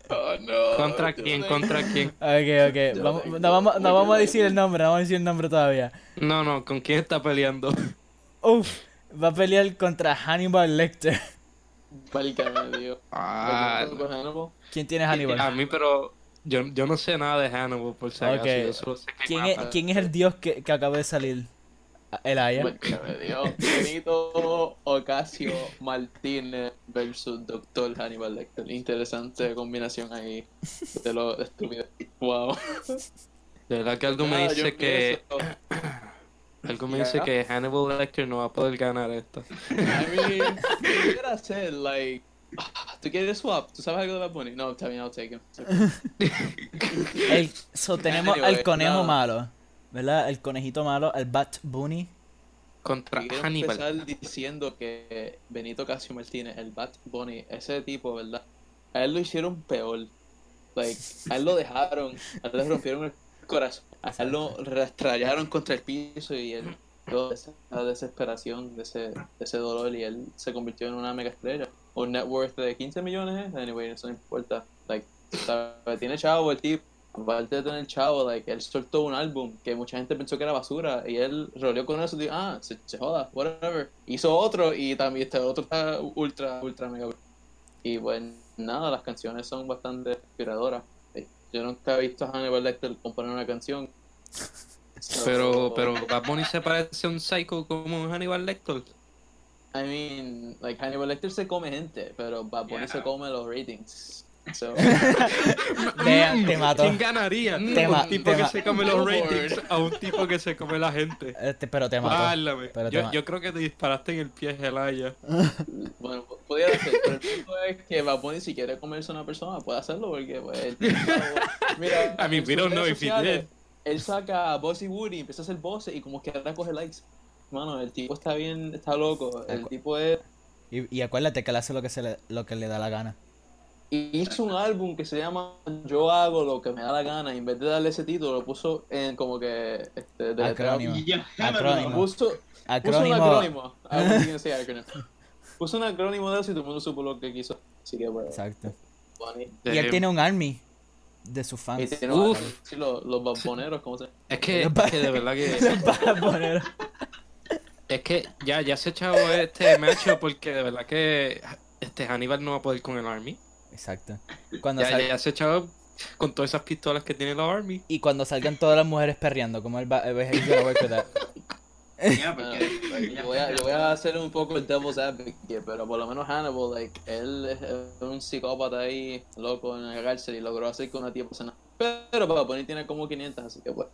Speaker 1: Oh, no.
Speaker 4: ¿Contra quién? ¿Contra quién?
Speaker 3: Ok, ok,
Speaker 1: Yo
Speaker 3: vamos-
Speaker 1: tengo
Speaker 3: no, vamos, no
Speaker 1: muy
Speaker 3: vamos a
Speaker 1: bien.
Speaker 3: decir el nombre, no vamos a decir el nombre todavía.
Speaker 4: No, no, ¿con quién está peleando?
Speaker 3: Uf, va a pelear contra Hannibal Lecter.
Speaker 1: Válgame, Dios.
Speaker 4: Ah,
Speaker 1: ¿Con Hannibal?
Speaker 3: ¿Quién tiene Hannibal?
Speaker 4: a mí, pero yo, yo no sé nada de Hannibal, por si acaso.
Speaker 3: Ok.
Speaker 4: Yo solo sé que
Speaker 3: ¿Quién es,
Speaker 4: mata.
Speaker 3: quién es el dios que, que acaba de salir? El Aya.
Speaker 1: Válgame, Dios. Benito Ocasio Martínez versus Doctor Hannibal Lecter. Interesante combinación ahí de lo estúpido. Wow.
Speaker 4: De verdad que algo me
Speaker 1: Nada, Ah, yo
Speaker 4: dice que...
Speaker 1: pienso-
Speaker 4: Algo me
Speaker 1: Ya.
Speaker 4: dice que Hannibal Lecter no va a poder ganar esto.
Speaker 1: I mean, ¿qué quieres hacer? Like, ah, ¿tú quieres swap? ¿Tú sabes algo de Bad Bunny? No, está bien, I'll take him.
Speaker 3: El, so, tenemos al
Speaker 1: Anyway,
Speaker 3: conejo
Speaker 1: no.
Speaker 3: malo, ¿verdad? El conejito malo, el Bat Bunny.
Speaker 4: Contra
Speaker 1: Y Quiero
Speaker 4: Hannibal.
Speaker 1: empezar diciendo que Benito Casio Martínez, el Bat Bunny, ese tipo, ¿verdad? A él lo hicieron peor. Like, a él lo dejaron, a él le rompieron el corazón, a él lo rastrallaron contra el piso y él, toda esa desesperación, de ese, de ese dolor, y él se convirtió en una mega estrella. Un net worth de 15 millones, ¿eh? anyway, eso no importa. Like, ¿sabe? tiene chavo el tipo. Aparte de tener chavo, like, él soltó un álbum que mucha gente pensó que era basura y él roleó con eso y dijo, ah, se, se joda, whatever. Hizo otro y también este otro está ultra, ultra mega. Y bueno, nada, las canciones son Eh, bastante inspiradoras. Yo nunca he visto a Hannibal Lecter componer una canción.
Speaker 4: Pero, pero Bad Bunny se parece a un psycho como Hannibal Lecter.
Speaker 1: I mean, like Hannibal Lecter se come gente, pero Bad Bunny
Speaker 2: Yeah.
Speaker 1: se come los ratings. So,
Speaker 3: Vean, te mató.
Speaker 4: ¿Quién ganaría?
Speaker 3: Mm. Tema-
Speaker 4: un tipo
Speaker 3: tema.
Speaker 4: que se come los
Speaker 1: Billboard.
Speaker 4: ratings a un tipo que se come la gente.
Speaker 3: Este, pero te mató.
Speaker 4: Válame.
Speaker 3: Pero te
Speaker 4: Yo,
Speaker 3: mató.
Speaker 4: yo creo que te disparaste en el pie, Gelaya.
Speaker 1: bueno, podía ser, pero el punto es que Bad Bunny si quiere comerse a una persona puede hacerlo porque pues él- mira,
Speaker 4: I mean,
Speaker 1: en
Speaker 4: we
Speaker 1: sus
Speaker 4: don't know
Speaker 1: redes
Speaker 4: if he
Speaker 1: sociales,
Speaker 4: did.
Speaker 1: Él saca a Bossy Woody, empieza a hacer voces y como que ahora coge likes. Mano, el tipo está bien, está loco. El tipo es
Speaker 3: Y, y acuérdate que él hace lo que, se le, lo que le da la gana.
Speaker 1: Y hizo un álbum que se llama Yo hago lo que me da la gana. y en vez de darle ese título, lo puso en como que. Este, de
Speaker 3: Acrónimo.
Speaker 2: Yo-
Speaker 3: Acrónimo.
Speaker 1: Puso, puso un
Speaker 3: Acrónimo.
Speaker 1: acrónimo. Ah, I was thinking say acronym. Puso un acrónimo de eso y todo el mundo supo lo que quiso. Así que pues, bueno.
Speaker 3: Exacto.
Speaker 1: Bunny.
Speaker 3: Y
Speaker 4: Eh,
Speaker 3: él tiene un army de sus
Speaker 1: Y
Speaker 3: fans.
Speaker 1: tiene
Speaker 4: Uf.
Speaker 1: un- sí, los, los baboneros, ¿cómo se
Speaker 4: Es que, es que de verdad que.
Speaker 3: Para poner-
Speaker 4: Es que ya, ya se echó este macho porque de verdad que este Hannibal no va a poder con el Army.
Speaker 3: Exacto. Cuando
Speaker 4: Ya,
Speaker 3: sal-
Speaker 4: ya se echó con todas esas pistolas que tiene la Army.
Speaker 3: Y cuando salgan todas las mujeres perreando, como el va el Vejez de la Work with That.
Speaker 2: Yeah,
Speaker 1: Bueno,
Speaker 2: porque-
Speaker 1: like, yo voy, a, yo voy a hacer un poco el devil's advocate, pero por lo menos Hannibal, like, él es es un psicópata ahí, loco en la cárcel y logró hacer que una tía pase nada. Pero para poner tiene como 500, así que pues, bueno.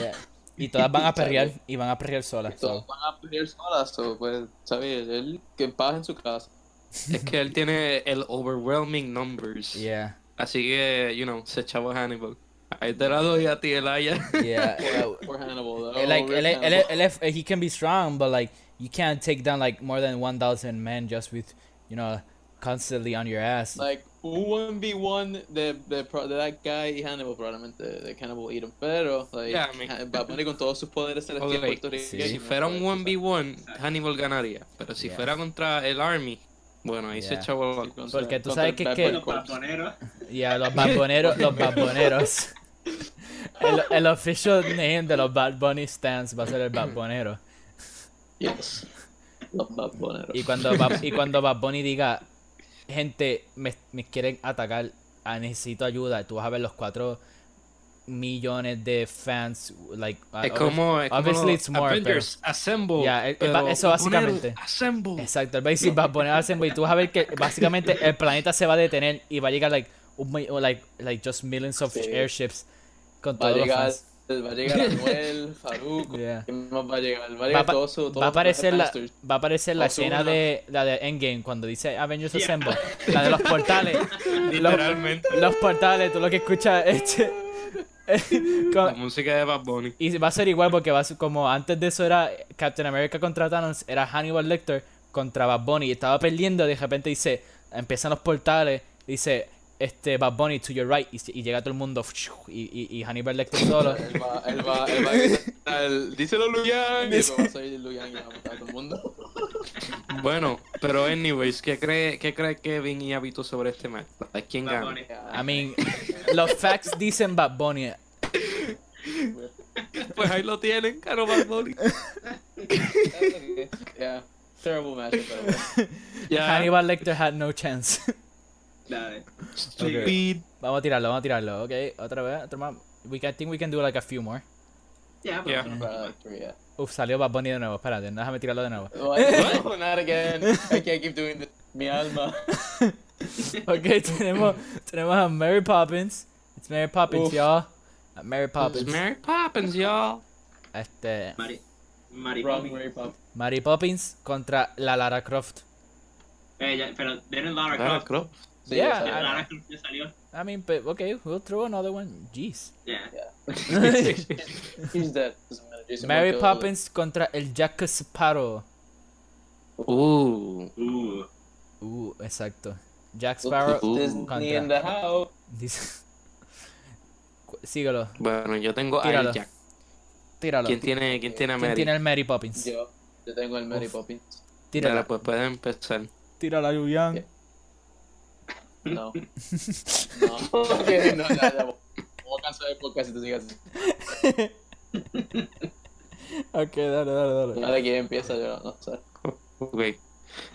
Speaker 3: Yeah. Y todas van a perrear y van a perrear solas.
Speaker 1: Todos
Speaker 3: so.
Speaker 1: van a pelear solas, o pues, ¿sabes? Él que paz en su casa.
Speaker 4: Es que él tiene el overwhelming numbers.
Speaker 3: Yeah.
Speaker 4: Así que, you know, se echó a Hannibal. Ahí te la doy a ti, Elaya.
Speaker 3: Yeah.
Speaker 1: Por, por Hannibal.
Speaker 3: Eh,
Speaker 1: oh,
Speaker 3: like
Speaker 1: real
Speaker 3: ele- ele-
Speaker 1: Hannibal.
Speaker 3: ele- he can be strong, but like you can't take down like more than one thousand men just with you know constantly on your ass.
Speaker 1: Like, un 1v1 de, de, pro- de that guy y Hannibal, probablemente, de Cannibal Eden. Pero, like,
Speaker 4: Yeah, I mean-
Speaker 1: Han- Bad Bunny con todos sus poderes celestiales
Speaker 4: Ok,
Speaker 1: puertorriqueños,
Speaker 4: Si fuera un
Speaker 1: pues,
Speaker 4: 1v1, Hannibal ganaría. Pero si
Speaker 3: Yeah.
Speaker 4: fuera contra el Army, bueno, ahí se
Speaker 3: Yeah.
Speaker 4: echó a
Speaker 1: contra-
Speaker 3: Porque tú
Speaker 1: contra
Speaker 3: sabes
Speaker 1: el
Speaker 3: que-
Speaker 1: Bad
Speaker 3: que-
Speaker 1: Bunny
Speaker 2: los
Speaker 1: Corps.
Speaker 2: paponeros.
Speaker 3: Yeah, los barboneros, los barboneros. El, el official name de los Bad Bunny stands va a ser el Barbonero.
Speaker 1: Yes. Los Bad Bunny.
Speaker 3: Y cuando, Bad- y cuando Bad Bunny diga, gente, me, me quieren atacar, ah, necesito ayuda, tú vas a ver los cuatro millones de fans, like, ah,
Speaker 4: Es como, es como
Speaker 3: obviously
Speaker 4: los
Speaker 3: it's more, pero-
Speaker 4: Avengers, Assemble.
Speaker 3: Yeah, eh, eh,
Speaker 4: pero
Speaker 3: ba- eso
Speaker 4: poner
Speaker 3: básicamente.
Speaker 4: Assemble.
Speaker 3: Exacto, el Basic va a poner Assembly y tú vas a ver que básicamente el planeta se va a detener y va a llegar like, un mi- o, like, like just millions of
Speaker 1: Sí.
Speaker 3: airships con
Speaker 1: Va a
Speaker 3: todos los
Speaker 1: llegar,
Speaker 3: fans.
Speaker 1: va a llegar Anuel, Faruk,
Speaker 3: Yeah.
Speaker 1: ¿quién más va a llegar? Va a
Speaker 3: Va,
Speaker 1: llegar
Speaker 3: apa-
Speaker 1: todo su- todo
Speaker 3: va a
Speaker 1: su-
Speaker 3: aparecer la, va a aparecer la
Speaker 1: Ozuna.
Speaker 3: escena de la de Endgame cuando dice Avengers
Speaker 2: Yeah.
Speaker 3: Assemble, la de los portales. los,
Speaker 4: Literalmente.
Speaker 3: los portales, tú lo que escuchas es che-
Speaker 4: La
Speaker 3: con-
Speaker 4: música de Bad Bunny.
Speaker 3: y va a ser igual porque va a ser como antes de eso era Captain America contra Thanos, era Hannibal Lecter contra Bad Bunny y estaba perdiendo, de repente dice, empiezan los portales, dice este Bad Bunny to your right y, se- y llega todo el mundo y, y, y Hannibal Lecter solo.
Speaker 1: Él va, él va, él va a gritar, díselo Luyan, y luego va a salir Luyan y va a matar a todo el mundo.
Speaker 4: Bueno, pero anyways, ¿qué cree, qué cree Kevin y Habito sobre este match? Like, ¿Quién
Speaker 2: Bad
Speaker 4: gana?
Speaker 2: Bunny.
Speaker 3: I mean, los facts dicen Bad Bunny.
Speaker 4: Pues ahí lo tienen, caro Bad Bunny.
Speaker 1: yeah, terrible matchup, pero bueno.
Speaker 4: Ya.
Speaker 3: Hannibal Lecter had no chance.
Speaker 2: Dale.
Speaker 4: Stupid.
Speaker 3: vamos a tirarlo, vamos a tirarlo, ok. Otra vez, otra más. We can, I think we can do like a few more.
Speaker 2: Yeah,
Speaker 4: Yeah.
Speaker 2: pero-
Speaker 1: Probably like three, yeah.
Speaker 3: Uf, salió Bad Bunny de nuevo, espérate, déjame tirarlo de nuevo.
Speaker 1: What? No, not again. I can't keep doing this. Mi alma.
Speaker 3: Ok, tenemos, tenemos a Mary Poppins. It's Mary Poppins,
Speaker 1: Uf.
Speaker 3: y'all. A Mary
Speaker 4: It's
Speaker 3: Poppins.
Speaker 4: Mary Poppins, y'all.
Speaker 3: Este,
Speaker 2: Mari. Mari.
Speaker 1: Wrong way, pop.
Speaker 3: Mary Poppins contra la Lara Croft.
Speaker 2: Eh, ya- pero tienen Lara
Speaker 4: Lara
Speaker 2: Croft.
Speaker 4: Croft.
Speaker 1: Sí,
Speaker 3: Yeah,
Speaker 1: o sea,
Speaker 3: I-
Speaker 2: Lara Croft ya salió.
Speaker 3: I mean, but okay, we'll throw another one. Jeez.
Speaker 2: Yeah.
Speaker 1: he's dead. Doesn't matter. Jason
Speaker 3: Mary
Speaker 1: Momoa,
Speaker 3: Poppins contra el Jack Sparrow.
Speaker 4: Uh,
Speaker 2: Uh.
Speaker 3: Uh, exacto. Jack
Speaker 1: like,
Speaker 3: Sparrow.
Speaker 4: Uh.
Speaker 1: Disney
Speaker 3: Contra.
Speaker 1: in the house.
Speaker 3: Dice... Cu- Síguelo,
Speaker 4: bueno, yo tengo a
Speaker 3: Tíralo.
Speaker 4: Jack.
Speaker 3: tíralo.
Speaker 4: ¿Quién tiene, quién tiene a
Speaker 3: ¿Quién
Speaker 4: Mary?
Speaker 3: tiene el Mary Poppins?
Speaker 1: Yo, yo tengo el Mary
Speaker 3: Uf.
Speaker 1: Poppins.
Speaker 4: Dale,
Speaker 3: Tírala.
Speaker 4: pues puedes empezar.
Speaker 3: Tírala, Yuyan.
Speaker 1: No. No. Okay, no, ya, ya. Voy a cancelar el podcast si tú sigas. así.
Speaker 3: Ok, dale, dale, dale.
Speaker 1: Ahora que empieza yo, no sé.
Speaker 4: Ok.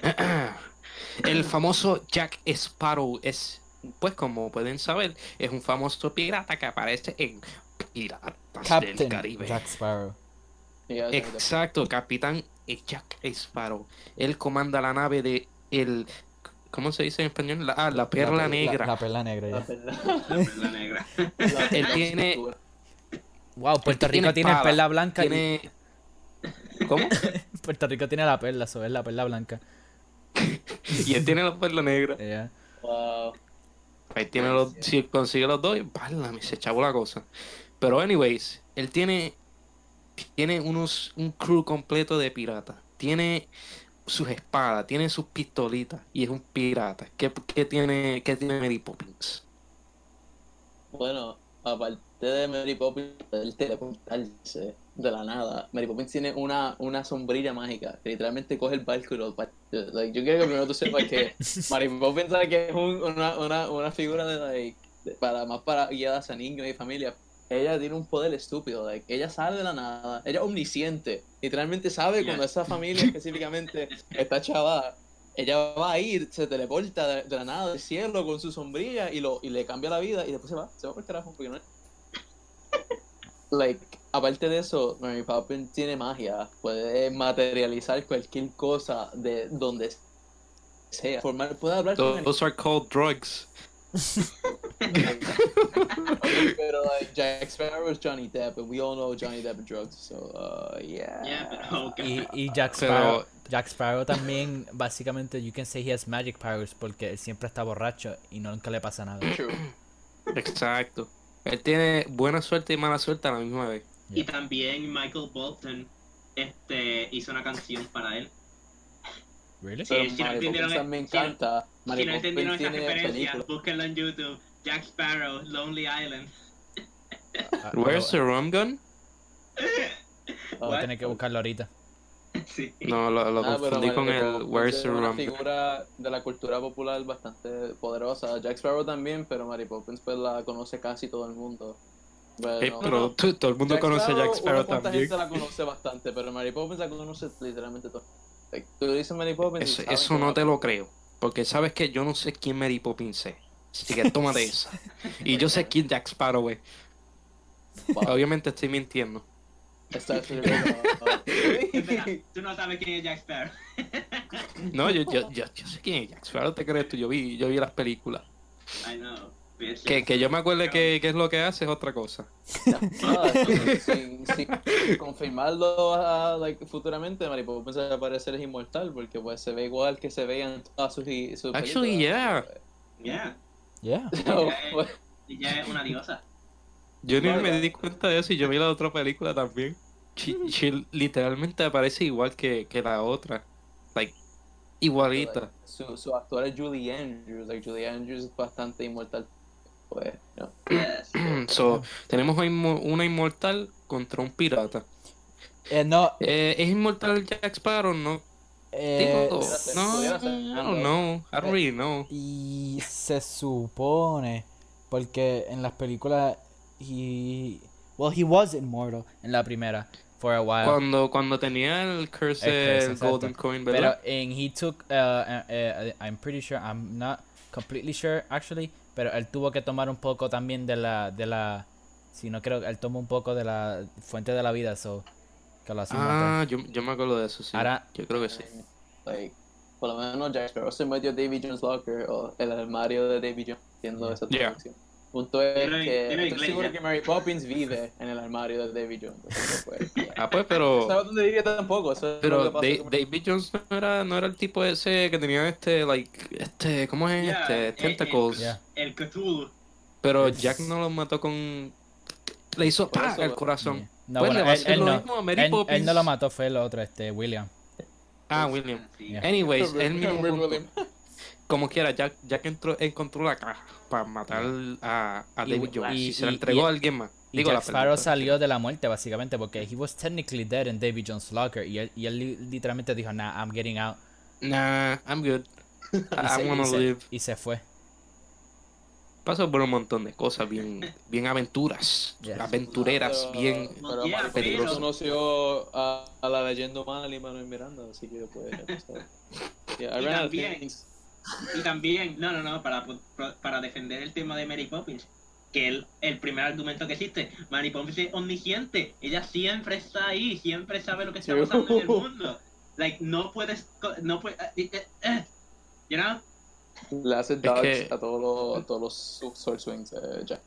Speaker 4: El famoso Jack Sparrow es, pues como pueden saber, es un famoso pirata que aparece en piratas del
Speaker 3: Captain
Speaker 4: Caribe.
Speaker 3: Jack Sparrow.
Speaker 1: Yeah,
Speaker 4: Exacto, Capitán Jack Sparrow. Él comanda la nave de el ¿cómo se dice en español? La, ah, la perla
Speaker 3: La- la-
Speaker 4: negra.
Speaker 3: La, perla negra, ya.
Speaker 2: La negra.
Speaker 4: Él tiene-
Speaker 3: Wow, Puerto
Speaker 4: Él tiene
Speaker 3: Rico tiene
Speaker 4: espada,
Speaker 3: perla blanca. y-
Speaker 4: Tiene ¿Cómo?
Speaker 3: Puerto Rico tiene la perla, eso es la perla blanca.
Speaker 4: Y él tiene la perla negra.
Speaker 3: Ya.
Speaker 1: Wow.
Speaker 4: Ahí tiene los, si consigue los dos, y válame, se chavó la cosa. Pero anyways, él tiene tiene unos un crew completo de piratas. Tiene sus espadas, tiene sus pistolitas y es un pirata. ¿Qué, qué tiene qué tiene Mary Poppins?
Speaker 1: Bueno, aparte de Mary Poppins, el teleportarse de la nada, Mary Poppins tiene una, una sombrilla mágica que literalmente coge el barco y lo parte. Like, yo quiero que primero tú sepas que Mary Poppins sabe que es un- una, una, una figura de, like, de- para, más para guiadas a niños y familias. Ella tiene un poder estúpido, like, ella sale de la nada, ella es omnisciente, literalmente sabe
Speaker 2: Yeah.
Speaker 1: cuando esa familia específicamente está chavada, ella va a ir, se teleporta de, de la nada del cielo con su sombrilla y, lo, y le cambia la vida y después se va, se va por el carajo porque no es- Like, aparte de eso, Mary Poppins tiene magia, puede materializar cualquier cosa de donde sea. Formar, puede hablar con animales,
Speaker 4: Those are called drugs.
Speaker 1: pero like, Jack Sparrow is Johnny Depp, and we all know Johnny Depp and drugs, so uh, yeah.
Speaker 2: Yeah, pero okay.
Speaker 3: Y, y Jack
Speaker 4: Pero-
Speaker 3: Sparrow. Jack Sparrow también, básicamente, you can say he has magic powers porque él siempre está borracho y no- nunca le pasa nada.
Speaker 1: True.
Speaker 4: Exacto. Él tiene buena suerte y mala suerte a la misma vez.
Speaker 2: Y también Michael Bolton este, hizo una canción para él.
Speaker 3: Really?
Speaker 2: Sí,
Speaker 1: Pero
Speaker 2: si no
Speaker 1: Mary
Speaker 2: entendieron
Speaker 1: Poppins
Speaker 2: el-
Speaker 1: también
Speaker 2: si no-
Speaker 1: canta. Mary
Speaker 2: si no
Speaker 1: Poppins
Speaker 2: entendieron esa
Speaker 1: tiene
Speaker 2: referencia,
Speaker 1: película.
Speaker 2: búsquenlo en YouTube. Jack Sparrow, Lonely Island.
Speaker 3: Ah,
Speaker 4: Where's the rum gun?
Speaker 3: Voy a
Speaker 1: Ah,
Speaker 3: tener que buscarlo ahorita.
Speaker 2: Sí.
Speaker 4: Oh, No, lo, lo
Speaker 1: Ah, pero
Speaker 4: confundí con
Speaker 1: Mario
Speaker 4: el
Speaker 1: Poppins
Speaker 4: Where's
Speaker 1: es
Speaker 4: the
Speaker 1: una
Speaker 4: rum gun.
Speaker 1: figura de la cultura popular bastante poderosa. Jack Sparrow también, pero Mary Poppins pues la conoce casi todo el mundo. Bueno,
Speaker 4: Eh, pero tú- todo el mundo conoce a Jack Sparrow
Speaker 1: una cuanta
Speaker 4: también.
Speaker 1: gente la conoce bastante, pero Mary Poppins la conoce literalmente todo. Like, Tú dices Mary Poppins. y
Speaker 4: Eso,
Speaker 1: saben
Speaker 4: eso
Speaker 1: que
Speaker 4: no te lo creo. Porque sabes que yo no sé quién Mary Poppins es. Así que tómate esa. Y yo sé quién Jack Sparrow es.
Speaker 1: Wow,
Speaker 4: Obviamente estoy mintiendo.
Speaker 1: esta es la primera-
Speaker 2: Espera, tú no sabes quién es Jack Sparrow.
Speaker 4: No, yo, yo, yo, yo sé quién es Jack Sparrow, te crees tú. Yo vi, yo vi las películas.
Speaker 2: I know. bitch.
Speaker 4: Que, que yo me acuerde que, que es lo que hace es otra cosa.
Speaker 1: Nada, sin, sin- sin confirmarlo ah, like, futuramente, pues, Mary Poppins al parecer es inmortal porque pues se ve igual que se veían en todas sus, sus
Speaker 4: Actually,
Speaker 1: películas.
Speaker 2: Yeah.
Speaker 3: Yeah.
Speaker 1: So, pues,
Speaker 2: Ella es una diosa.
Speaker 4: Yo ni
Speaker 1: Vale.
Speaker 4: me di cuenta de eso y yo vi la otra película también. She, she literalmente aparece igual que, que la otra. Like, igualita.
Speaker 1: su, su actor es Julie Andrews. Like, Julie Andrews es bastante inmortal. Pues, no.
Speaker 2: Yes.
Speaker 4: So, tenemos a inmo- una inmortal contra un pirata.
Speaker 3: Eh, no,
Speaker 4: Eh, ¿Es inmortal Jack Sparrow? No.
Speaker 3: eh,
Speaker 4: Digo,
Speaker 1: ser,
Speaker 4: Oh, no,
Speaker 1: pudiera ser.
Speaker 4: I don't know. I don't really know.
Speaker 3: Y se supone, porque en las películas he well he was immortal en la primera for a while,
Speaker 4: Cuando, cuando tenía el curse
Speaker 3: El curse,
Speaker 4: del
Speaker 3: exacto.
Speaker 4: Golden Coin,
Speaker 3: pero
Speaker 4: ¿verdad?
Speaker 3: en he took uh, uh, uh, I'm pretty sure I'm not completely sure actually, pero él tuvo que tomar un poco también de la de la si no creo que él tomó un poco de la fuente de la vida, so que lo hacen matar.
Speaker 4: ah, yo, yo me acuerdo de eso, sí.
Speaker 3: Ahora-
Speaker 4: Yo creo que sí.
Speaker 1: Like, por lo menos Jack Sparrow se metió Davy Jones Locker o el armario de Davy Jones haciendo esa
Speaker 4: Yeah.
Speaker 1: traducción. Punto es
Speaker 2: Era en-
Speaker 1: que
Speaker 2: era en
Speaker 1: estoy
Speaker 2: inglés,
Speaker 1: seguro
Speaker 2: ya.
Speaker 1: que Mary Poppins vive en el armario de Davy Jones. así que, pues, yeah.
Speaker 4: Ah, pues,
Speaker 1: No
Speaker 4: pero...
Speaker 1: sabes dónde vive tampoco. Eso es lo
Speaker 4: Pero
Speaker 1: que pasa
Speaker 4: Da-
Speaker 1: con-
Speaker 4: David Jones no era, no era el tipo ese que tenía este, like, este, ¿cómo es
Speaker 2: Yeah, eh,
Speaker 4: este? Tentacles.
Speaker 3: Yeah.
Speaker 2: El Cthulhu.
Speaker 4: Pero
Speaker 3: Yes.
Speaker 4: Jack no lo mató con. Le hizo
Speaker 1: Por
Speaker 4: ¡pah!
Speaker 1: eso,
Speaker 4: al corazón.
Speaker 3: No,
Speaker 4: Pues le
Speaker 3: bueno,
Speaker 4: va a
Speaker 3: él,
Speaker 4: hacer
Speaker 3: él
Speaker 4: lo
Speaker 3: no.
Speaker 4: mismo a Mary
Speaker 3: Él- él no
Speaker 4: Poppins.
Speaker 3: lo mató, fue el otro, este, William.
Speaker 4: Ah, William.
Speaker 2: Sí.
Speaker 3: Yeah.
Speaker 4: Anyways,
Speaker 1: William,
Speaker 4: el mismo
Speaker 1: William,
Speaker 4: punto.
Speaker 1: William.
Speaker 4: Como quiera, Jack, Jack entró, encontró la caja para matar a, a
Speaker 3: Y-
Speaker 4: David Jones.
Speaker 3: y-
Speaker 4: Y, se la
Speaker 3: y-
Speaker 4: entregó
Speaker 3: y-
Speaker 4: a alguien más.
Speaker 3: Y
Speaker 4: Digo, la
Speaker 3: Jack Sparrow
Speaker 4: película.
Speaker 3: salió de la muerte básicamente porque he was technically dead in Davy Jones Locker y él, y él li- literalmente dijo nah I'm getting out
Speaker 4: Nah, I'm good.
Speaker 3: y
Speaker 4: I, I wanna
Speaker 3: y
Speaker 4: live.
Speaker 3: y se fue
Speaker 4: Pasó por un montón de cosas bien, bien aventuras.
Speaker 3: Yes.
Speaker 4: Aventureras,
Speaker 1: Pero-
Speaker 4: bien.
Speaker 1: pero
Speaker 2: Yeah,
Speaker 1: Mari
Speaker 4: pero-
Speaker 1: conoció a, a la leyenda humana y Manuel Miranda, así que pues. so. Yeah, I
Speaker 2: Y
Speaker 1: ran out of
Speaker 2: también-
Speaker 1: things.
Speaker 2: Y también, no, no, no, para, para defender el tema de Mary Poppins, que el, el primer argumento que existe. Mary Poppins es omnisciente. Ella siempre está ahí, siempre sabe lo que está pasando en el mundo. Like, no puedes. co- No puedes. eh, eh, eh, you know?
Speaker 1: Le hace
Speaker 4: que-
Speaker 1: dodge a todos los, todos los su- sword swings, eh, Jack.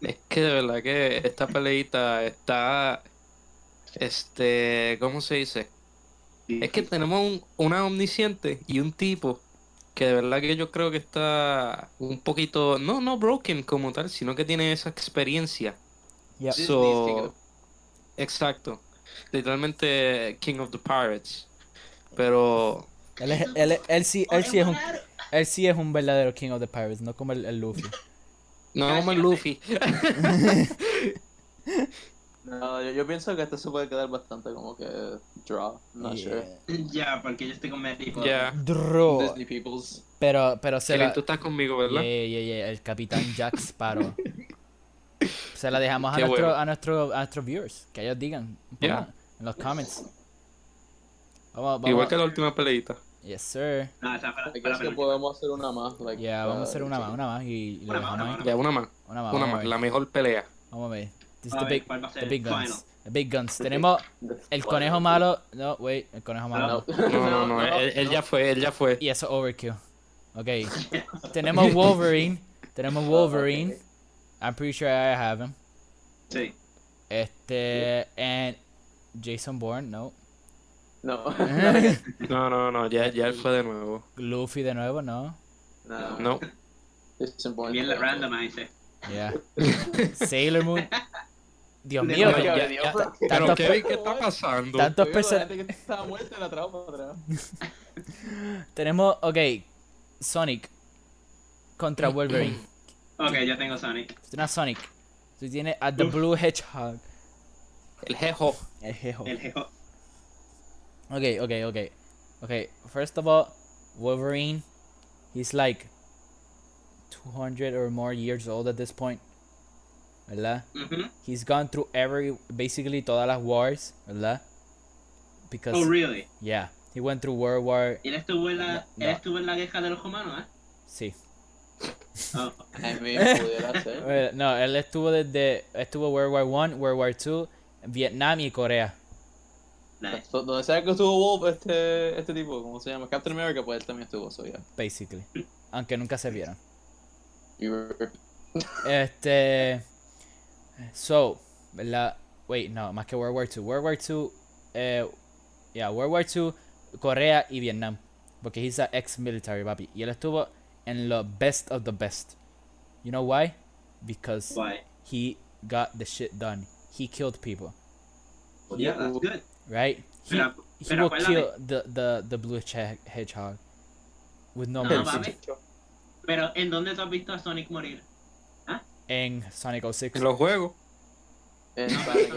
Speaker 4: Es que de verdad que esta peleita está. Este. ¿Cómo se dice? Es que tenemos un- una omnisciente y un tipo que de verdad que yo creo que está un poquito. No, no broken como tal, sino que tiene esa experiencia.
Speaker 3: Yep.
Speaker 1: Sí.
Speaker 4: So-
Speaker 1: Disney, creo.
Speaker 4: exacto. Literalmente King of the Pirates. Pero.
Speaker 3: Él, es- él, él sí,
Speaker 2: Oh,
Speaker 3: él, sí es un,
Speaker 2: raro.
Speaker 3: él sí es un verdadero King of the Pirates, no como el, el Luffy.
Speaker 4: No como el Luffy.
Speaker 1: No, yo, yo pienso que este se puede quedar bastante como que draw. Not sure.
Speaker 3: Yeah.
Speaker 2: Ya, porque yo estoy con Mary Poppins.
Speaker 4: Ya.
Speaker 3: Draw.
Speaker 1: Disney Peoples.
Speaker 3: Pero, pero se
Speaker 4: Kelly,
Speaker 3: la...
Speaker 4: tú estás conmigo,
Speaker 3: Yeah,
Speaker 4: ¿verdad?
Speaker 3: yeah, yeah, el Capitán Jack Sparrow. Se la dejamos a,
Speaker 4: Qué
Speaker 3: nuestro,
Speaker 4: bueno.
Speaker 3: a, nuestro, a nuestros viewers, que ellos digan
Speaker 4: Yeah.
Speaker 3: pongan en los comments. Vamos, vamos.
Speaker 4: Igual que la última peleita.
Speaker 3: Yes, sir.
Speaker 2: No, esa fue la-
Speaker 1: I
Speaker 2: fue la
Speaker 1: guess que
Speaker 2: penúltima.
Speaker 1: podemos hacer una más.
Speaker 3: Ya,
Speaker 1: Like,
Speaker 3: vamos a
Speaker 1: uh,
Speaker 3: hacer una más, una más y, y lo
Speaker 2: Una más,
Speaker 3: dejamos
Speaker 2: una
Speaker 3: ahí.
Speaker 2: más.
Speaker 4: Ya, una más.
Speaker 3: Una más,
Speaker 4: Una
Speaker 3: vamos,
Speaker 4: más.
Speaker 3: a ver.
Speaker 4: La mejor pelea.
Speaker 3: Vamos a ver. This is
Speaker 2: A
Speaker 3: the
Speaker 2: ver,
Speaker 3: big,
Speaker 2: ¿cuál va a ser
Speaker 3: the big
Speaker 2: el
Speaker 3: guns.
Speaker 2: final?
Speaker 3: The big guns. Tenemos el conejo malo. No, wait, el conejo malo. no.
Speaker 1: No.
Speaker 4: No, no, eh. no. Él, él ya fue, él ya fue.
Speaker 3: Y eso overkill. Ok. tenemos Wolverine. Tenemos Wolverine. I'm pretty sure I have him.
Speaker 2: Sí.
Speaker 3: Este. And. Jason Bourne, no.
Speaker 1: No.
Speaker 4: No, no, no. Ya, ya él fue de nuevo.
Speaker 3: Luffy de nuevo, no.
Speaker 1: no.
Speaker 4: No.
Speaker 1: It's important.
Speaker 2: Bien la randomizer.
Speaker 3: Yeah. Sailor Moon. Dios
Speaker 2: De
Speaker 3: mío.
Speaker 2: nuevo,
Speaker 3: ya-
Speaker 1: ya-
Speaker 3: ya-
Speaker 1: ya-
Speaker 3: ta-
Speaker 4: Pero
Speaker 3: tantos
Speaker 4: Kevin,
Speaker 3: per-
Speaker 4: ¿qué está pasando?
Speaker 3: tantos
Speaker 1: Yo digo, la
Speaker 3: perso-
Speaker 1: gente que estaba muerta la trajo para atrás.
Speaker 3: Tenemos. Ok. Sonic. Contra Wolverine.
Speaker 2: Ok, yo tengo Sonic.
Speaker 3: Tú tienes a Sonic. Tú tienes a The Blue Hedgehog.
Speaker 4: El jejo.
Speaker 3: El Hedgehog.
Speaker 2: El jejo.
Speaker 3: Okay, okay, okay. Okay, first of all, Wolverine, he's like 200 or more years old at this point. ¿Verdad?
Speaker 2: Ujú.
Speaker 3: He's gone through every, basically todas las wars, ¿verdad? Because,
Speaker 2: Oh, really?
Speaker 3: yeah, he went through World War,
Speaker 2: Él estuvo en la,
Speaker 3: No.
Speaker 2: él estuvo en la guerra de los humanos, ¿eh?
Speaker 3: sí.
Speaker 2: Oh.
Speaker 1: I mean, pudiera ser.
Speaker 3: Eh, No, él estuvo desde, estuvo World War One, World War Two, Vietnam y Corea.
Speaker 2: Nice.
Speaker 1: So, Donde sea que estuvo Wolf, este, este tipo, ¿cómo se llama? Captain America, pues él también estuvo, so yeah.
Speaker 3: basically. Aunque nunca se vieron.
Speaker 1: We were-
Speaker 3: Este. So, ¿verdad? Wait, no, más que World War II. World War II. Eh, yeah, World War II, Corea y Vietnam. Porque he's a ex military, papi. Y él estuvo en lo best of the best. You know why? Because
Speaker 2: Why?
Speaker 3: he got the shit done. He killed people,
Speaker 2: Yeah, that's good.
Speaker 3: right? He,
Speaker 2: Pero-
Speaker 3: he
Speaker 2: pero
Speaker 3: will
Speaker 2: acuérdate.
Speaker 3: kill the, the, the blue che- hedgehog with no
Speaker 2: No,
Speaker 3: mercy.
Speaker 2: mames. Pero ¿en dónde tú has visto a Sonic morir?
Speaker 3: En Sonic 06.
Speaker 4: En los juegos.
Speaker 1: En
Speaker 3: Él
Speaker 1: Sonic-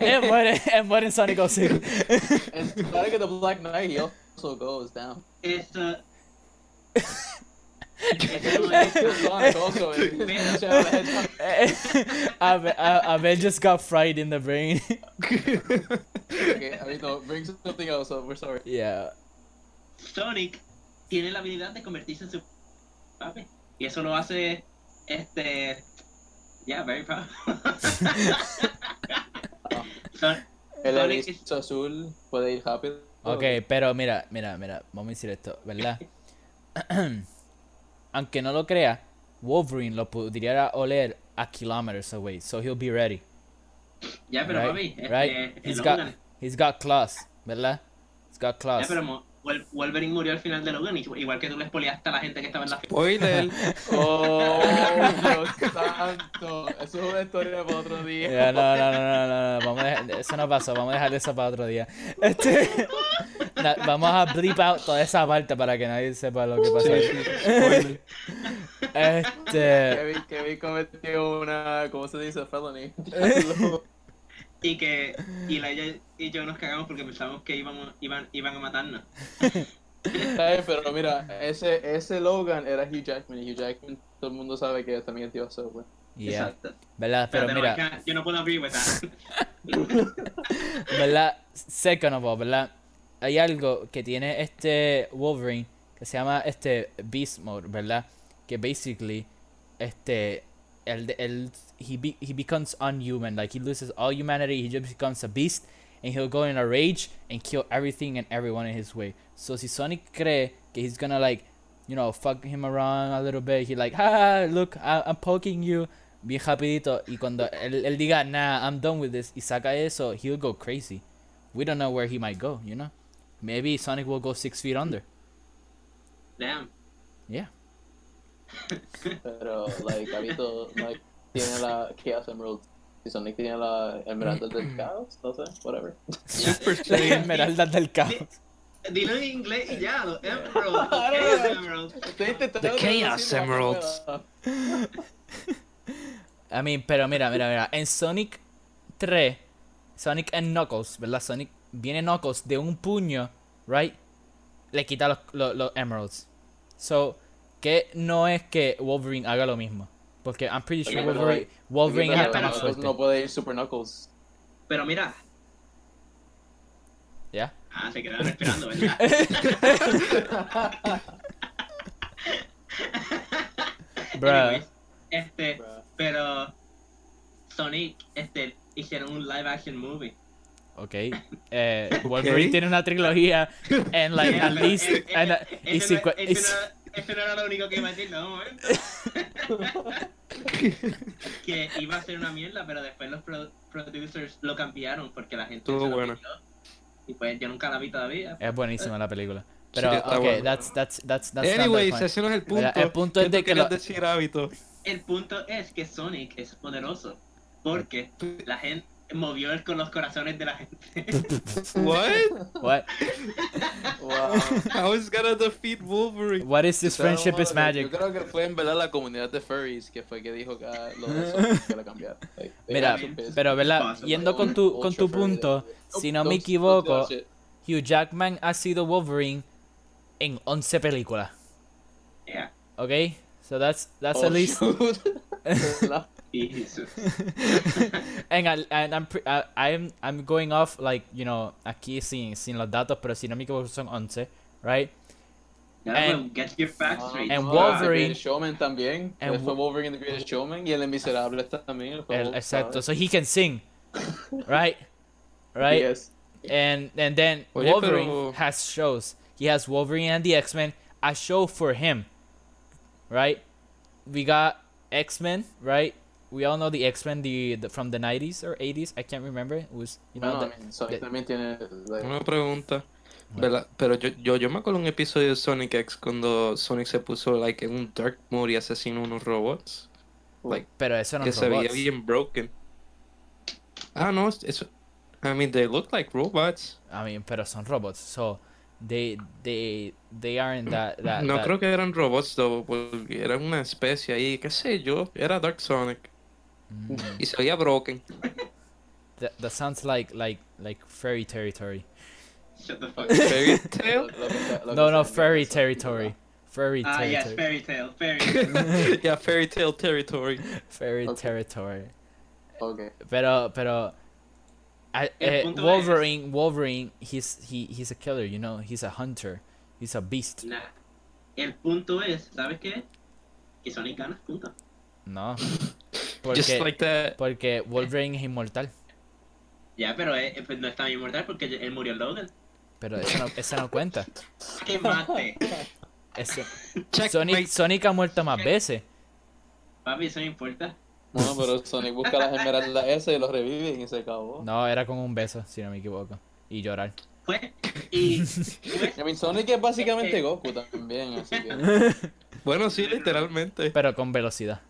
Speaker 3: él muere, él muere en Sonic 06.
Speaker 1: en Sonic the Black Knight, he also goes down.
Speaker 2: Eso. Eso no es.
Speaker 1: Sonic also, and he shot the hedgehog.
Speaker 3: Abel, Abel just got fried in the brain.
Speaker 1: Okay, I mean, no, bring something else up, we're sorry.
Speaker 3: yeah.
Speaker 2: Sonic tiene la habilidad de convertirse en su papi. Y eso lo hace este yeah, very proud. Son-
Speaker 1: El
Speaker 2: Sonic
Speaker 1: erizo azul puede ir rápido.
Speaker 3: Ok, pero mira, mira, mira, vamos a decir esto, ¿verdad? Aunque no lo crea, Wolverine lo podría oler a kilometers away, so he'll be ready.
Speaker 2: Ya, pero papi,
Speaker 3: Right?
Speaker 2: este,
Speaker 3: right?
Speaker 2: el
Speaker 3: He's got,
Speaker 2: Logan.
Speaker 3: he's got claws, ¿verdad? He's got
Speaker 2: Ya,
Speaker 3: claws.
Speaker 2: pero mo- Wol- Wolverine murió al final de Logan, igual que tú le espoleaste a la gente que estaba en la fiesta.
Speaker 4: Spoiler.
Speaker 1: Oh, Dios santo. Eso es una historia para otro día.
Speaker 3: Ya, no, no, no, no, no, no, vamos a dejar- eso no pasó, vamos a dejar eso para otro día. Este, na- vamos a bleep out toda esa parte para que nadie sepa lo que pasó.
Speaker 4: Spoiler.
Speaker 3: Este,
Speaker 1: Kevin, Kevin cometió una, ¿cómo se dice? Felony.
Speaker 2: Y que y la y yo nos cagamos porque pensábamos que íbamos, iban, iban a matarnos.
Speaker 1: Ay, Pero mira, ese, ese Logan era Hugh Jackman y Hugh Jackman todo el mundo sabe que también es dios. so, bueno.
Speaker 3: yeah,
Speaker 2: Exacto.
Speaker 3: ¿verdad? Pero
Speaker 2: Pero
Speaker 3: mira,
Speaker 2: yo no puedo abrir with that.
Speaker 3: ¿verdad? Second of all, ¿verdad? Hay algo que tiene este Wolverine que se llama este Beast Mode, ¿verdad? que basically este el el he be, he becomes unhuman like he loses all humanity he just becomes a beast and he'll go in a rage and kill everything and everyone in his way so si Sonic cree que he's gonna like you know fuck him around a little bit he like ah look I, I'm poking you bien rapidito y cuando él, él diga nah I'm done with this y saca eso he'll go crazy we don't know where he might go you know maybe Sonic will go six feet under
Speaker 2: Damn.
Speaker 3: yeah
Speaker 1: Pero, like, Gabito like, tiene la Chaos Emerald. Si Sonic tiene la Esmeralda
Speaker 3: Mm-hmm.
Speaker 1: del Caos, no sé, whatever.
Speaker 4: Super
Speaker 3: Las
Speaker 4: Saiyan.
Speaker 3: esmeraldas del caos
Speaker 2: Dilo en inglés y ya, los Emeralds.
Speaker 1: Ah,
Speaker 2: Los
Speaker 1: no, no.
Speaker 2: Emeralds.
Speaker 1: Estoy intentando
Speaker 4: The Chaos
Speaker 1: decir la
Speaker 4: Emeralds.
Speaker 1: palabra.
Speaker 3: I mean, pero mira, mira, mira. En Sonic 3, Sonic and Knuckles, ¿verdad? Sonic viene Knuckles de un puño, right? Le quita los, los, los emeralds. So, que no es que Wolverine haga lo mismo. Porque I'm pretty sure
Speaker 1: Oye, pero-
Speaker 3: Wolverine, Wolverine es
Speaker 1: Pero
Speaker 3: hasta más
Speaker 1: Knuckles No
Speaker 3: fuerte.
Speaker 1: puede ir Super Knuckles.
Speaker 2: Pero mira,
Speaker 3: ¿Ya?
Speaker 2: ah, se quedaron esperando, ¿verdad?
Speaker 3: Bruh.
Speaker 2: Anyways, este, pero Sonic, este, hicieron un live action movie.
Speaker 3: Ok. Eh, Wolverine tiene una trilogía. And like, at
Speaker 2: Pero,
Speaker 3: least.
Speaker 2: eh, eh,
Speaker 3: and, uh,
Speaker 2: eh,
Speaker 3: y
Speaker 2: ese no-
Speaker 3: cincu- y
Speaker 2: ese no- ese no era lo único que iba a decir, no, un momento. que iba a ser una mierda, pero después los pro- producers lo cambiaron porque la gente.
Speaker 4: Estuvo
Speaker 2: se lo
Speaker 4: bueno.
Speaker 2: pidió. Y pues yo nunca la vi todavía.
Speaker 3: Es buenísima la película.
Speaker 4: Sí,
Speaker 3: Pero,
Speaker 4: está
Speaker 3: ok,
Speaker 4: bueno.
Speaker 3: that's, that's, that's, that's not the
Speaker 4: Anyways,
Speaker 3: point.
Speaker 4: ese no es el punto.
Speaker 3: Mira, el punto es
Speaker 4: ¿Qué
Speaker 3: de
Speaker 4: tú
Speaker 3: que
Speaker 4: querías
Speaker 3: lo-
Speaker 4: decir hábito.
Speaker 2: El punto es que Sonic es poderoso porque la gente movió el- con los corazones de la gente.
Speaker 4: What?
Speaker 3: What?
Speaker 1: Wow.
Speaker 4: How is gonna defeat Wolverine?
Speaker 3: What is this friendship is
Speaker 1: Yo
Speaker 3: magic?
Speaker 1: creo que fue en verdad la comunidad de furries que fue que dijo que ah, lo de Sonic que lo cambiaron. Like, they
Speaker 3: Mira,
Speaker 1: got some piss.
Speaker 3: pero verdad,
Speaker 2: Impossible.
Speaker 3: yendo con tu con tu
Speaker 1: Ultra furry
Speaker 3: punto,
Speaker 1: de-
Speaker 3: si no
Speaker 1: Oh, Don't- don't
Speaker 3: me
Speaker 1: do
Speaker 3: equivoco,
Speaker 1: that shit.
Speaker 3: Hugh Jackman ha sido Wolverine en 11 películas,
Speaker 2: Yeah.
Speaker 3: ¿ok? So that's that's
Speaker 1: Oh,
Speaker 3: at least
Speaker 1: shoot. La-
Speaker 2: Jesus.
Speaker 3: and, I, and I'm pre- I, I'm I'm going off like, you know, aquí sin sin los datos, pero si no me equivoco son 11, right?
Speaker 2: Now
Speaker 3: And- Oh,
Speaker 2: we'll get your facts straight.
Speaker 3: And
Speaker 1: Ah,
Speaker 3: Wolverine-
Speaker 1: The Greatest Showman también.
Speaker 3: And
Speaker 1: Él fue
Speaker 3: Wo-
Speaker 1: Wolverine en The Greatest Showman y el Miserable está también. él fue
Speaker 3: El-
Speaker 1: Wolverine,
Speaker 3: Exacto.
Speaker 1: Oh, ¿sabes?
Speaker 3: So he can sing. Right? Right?
Speaker 1: Yes.
Speaker 3: and and then
Speaker 4: Oye,
Speaker 3: Wolverine
Speaker 4: pero-
Speaker 3: has shows. He has Wolverine and the X Men. A show for him, right? We got X Men, right? We all know the X Men, the, the from the nineties or eighties. I can't remember. It was you know
Speaker 1: Bueno,
Speaker 3: the-
Speaker 1: I mean, Sonic
Speaker 3: the-
Speaker 1: también tiene. like,
Speaker 4: Una pregunta. ¿Verdad? Pero yo, yo, yo me acuerdo un episodio de Sonic X cuando Sonic se puso like, en un dark mode y asesinó unos robots. Like,
Speaker 3: pero eso no
Speaker 4: que
Speaker 3: es
Speaker 4: se veía
Speaker 3: robots.
Speaker 4: bien broken. Ah, no, es- eso. I mean, they look like robots.
Speaker 3: I mean, pero son robots. So they they they aren't that that.
Speaker 4: No
Speaker 3: that-
Speaker 4: creo que eran robots, though, porque eran una especie ahí, qué sé yo, era Dark Sonic.
Speaker 3: Mm,
Speaker 4: Y se veía broken.
Speaker 3: that that sounds like like like fairy territory.
Speaker 2: Shut the fuck up.
Speaker 4: Fairy
Speaker 1: lo-
Speaker 4: Tail.
Speaker 1: lo que sea- lo
Speaker 3: No,
Speaker 1: que
Speaker 3: no,
Speaker 1: sea,
Speaker 3: fairy
Speaker 1: eso.
Speaker 3: territory. Fairy
Speaker 2: Ah,
Speaker 3: territory.
Speaker 2: yes, fairy tale, fairy tale.
Speaker 4: yeah, Fairy Tail Territory.
Speaker 3: Fairy
Speaker 1: Ok.
Speaker 3: territory.
Speaker 1: Ok.
Speaker 3: Pero, pero. I-
Speaker 2: El
Speaker 3: eh,
Speaker 2: punto es-
Speaker 3: Wolverine, Wolverine, he's he he's a killer, you know. He's a hunter. He's a beast.
Speaker 2: Nah. El punto es, ¿sabes qué? Que Sonic gana, punto.
Speaker 3: No.
Speaker 4: Just
Speaker 3: Porque,
Speaker 4: like that.
Speaker 3: porque Wolverine es inmortal.
Speaker 2: Ya, pero eh, eh, pues no está inmortal porque él murió en Logan.
Speaker 3: Pero eso no, eso no cuenta.
Speaker 2: ¡Qué mate!
Speaker 3: Eso- Sonic,
Speaker 4: Checkmate.
Speaker 3: Sonic ha muerto más veces.
Speaker 2: Papi, eso no importa.
Speaker 1: Bueno, pero Sonic busca las esmeraldas esas y los reviven y se acabó.
Speaker 3: No, era con un beso, si no me equivoco. Y llorar.
Speaker 2: Pues, y. Pues,
Speaker 1: I mean, Sonic es básicamente
Speaker 2: Eh.
Speaker 1: Goku también, así que.
Speaker 4: Bueno, sí, literalmente.
Speaker 3: Pero con velocidad.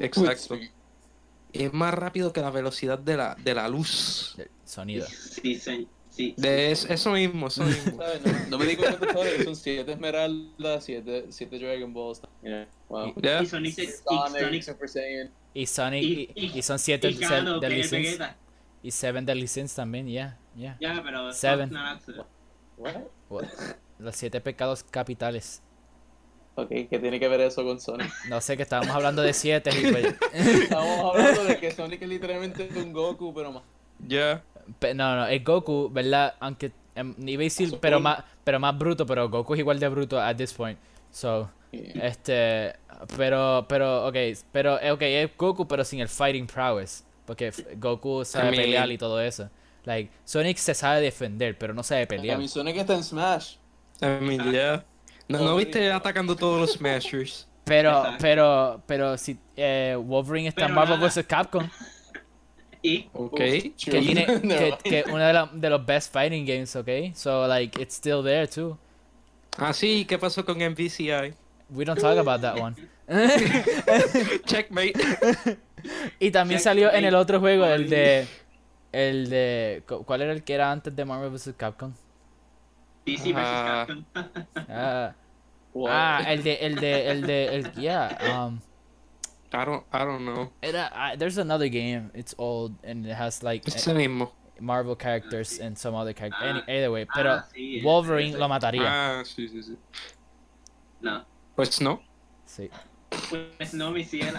Speaker 4: Exacto. Es más rápido que la velocidad de la, de la luz.
Speaker 3: del Sonido.
Speaker 2: sí, sí, sí.
Speaker 4: De es- eso mismo, eso mismo.
Speaker 1: ¿Sabes? No, no me digo cuántos colores, son 7 esmeraldas, 7 Dragon Balls. Mira, Wow.
Speaker 4: Yeah.
Speaker 2: Y Sonic, se- y
Speaker 1: Sonic,
Speaker 2: Sonic
Speaker 1: Super Saiyan.
Speaker 3: Y Sonic.
Speaker 2: Y-
Speaker 3: Y,
Speaker 2: y-
Speaker 3: y son siete
Speaker 2: y
Speaker 3: de
Speaker 2: Shadow, que es
Speaker 3: licencia.
Speaker 2: Vegeta.
Speaker 3: Y seven de licencia también, yeah, yeah.
Speaker 2: Ya, pero.
Speaker 3: Seven.
Speaker 2: Nanatsu.
Speaker 1: What?
Speaker 3: Well, Los siete pecados capitales.
Speaker 1: Ok, ¿qué tiene que ver eso con Sonic?
Speaker 3: No sé, que estábamos hablando de siete y pues...
Speaker 1: Estamos hablando de que Sonic es literalmente un Goku, pero más.
Speaker 4: Yeah.
Speaker 3: Pe- No, no, el Goku, ¿verdad? Aunque em, Nivel Seal, pero más, pero más bruto, pero Goku es igual de bruto at this point. So,
Speaker 1: Yeah.
Speaker 3: este, pero, pero, ok, pero, eh, ok, es Goku, pero sin el fighting prowess, porque f- Goku sabe
Speaker 4: mean-
Speaker 3: pelear y todo eso. Like, Sonic se sabe defender, pero no sabe
Speaker 1: A
Speaker 3: pelear.
Speaker 1: mí suena que está en Smash.
Speaker 4: I mean, yeah. ¿No, ¿no viste atacando todos los Smashers?
Speaker 3: Pero,
Speaker 2: Exacto.
Speaker 3: pero, pero si eh, Wolverine está en
Speaker 2: Pero
Speaker 3: Marvel
Speaker 2: nada.
Speaker 3: vs. Capcom,
Speaker 2: Y
Speaker 4: Ok.
Speaker 3: que
Speaker 1: True.
Speaker 3: tiene, que,
Speaker 1: Never
Speaker 3: que una de, la- de los best fighting games, ok? So, like, it's still there, too.
Speaker 4: Ah, sí, ¿qué pasó con MVCI?
Speaker 3: We don't talk about that one.
Speaker 4: Checkmate.
Speaker 3: y también
Speaker 2: Jack
Speaker 3: salió en
Speaker 2: Blake.
Speaker 3: el otro juego, el de... El de... cu- ¿Cuál era el que era antes de Marvel vs. Capcom?
Speaker 2: DC vs.
Speaker 4: Ah.
Speaker 2: Capcom.
Speaker 3: Ah,
Speaker 1: Wow.
Speaker 3: ah, el de... El de... El de... El, yeah. Um,
Speaker 4: I don't, I don't know.
Speaker 3: era, ah, there's another game. It's old and it has like
Speaker 4: Ese mismo.
Speaker 3: Marvel characters and some other characters.
Speaker 2: Ah,
Speaker 3: Any, either way, pero
Speaker 2: ah, sí,
Speaker 3: Wolverine
Speaker 2: ese.
Speaker 3: lo mataría.
Speaker 4: Ah, sí, sí, sí.
Speaker 2: No.
Speaker 4: Pues no.
Speaker 3: Sí.
Speaker 2: Pues no, mi ciela.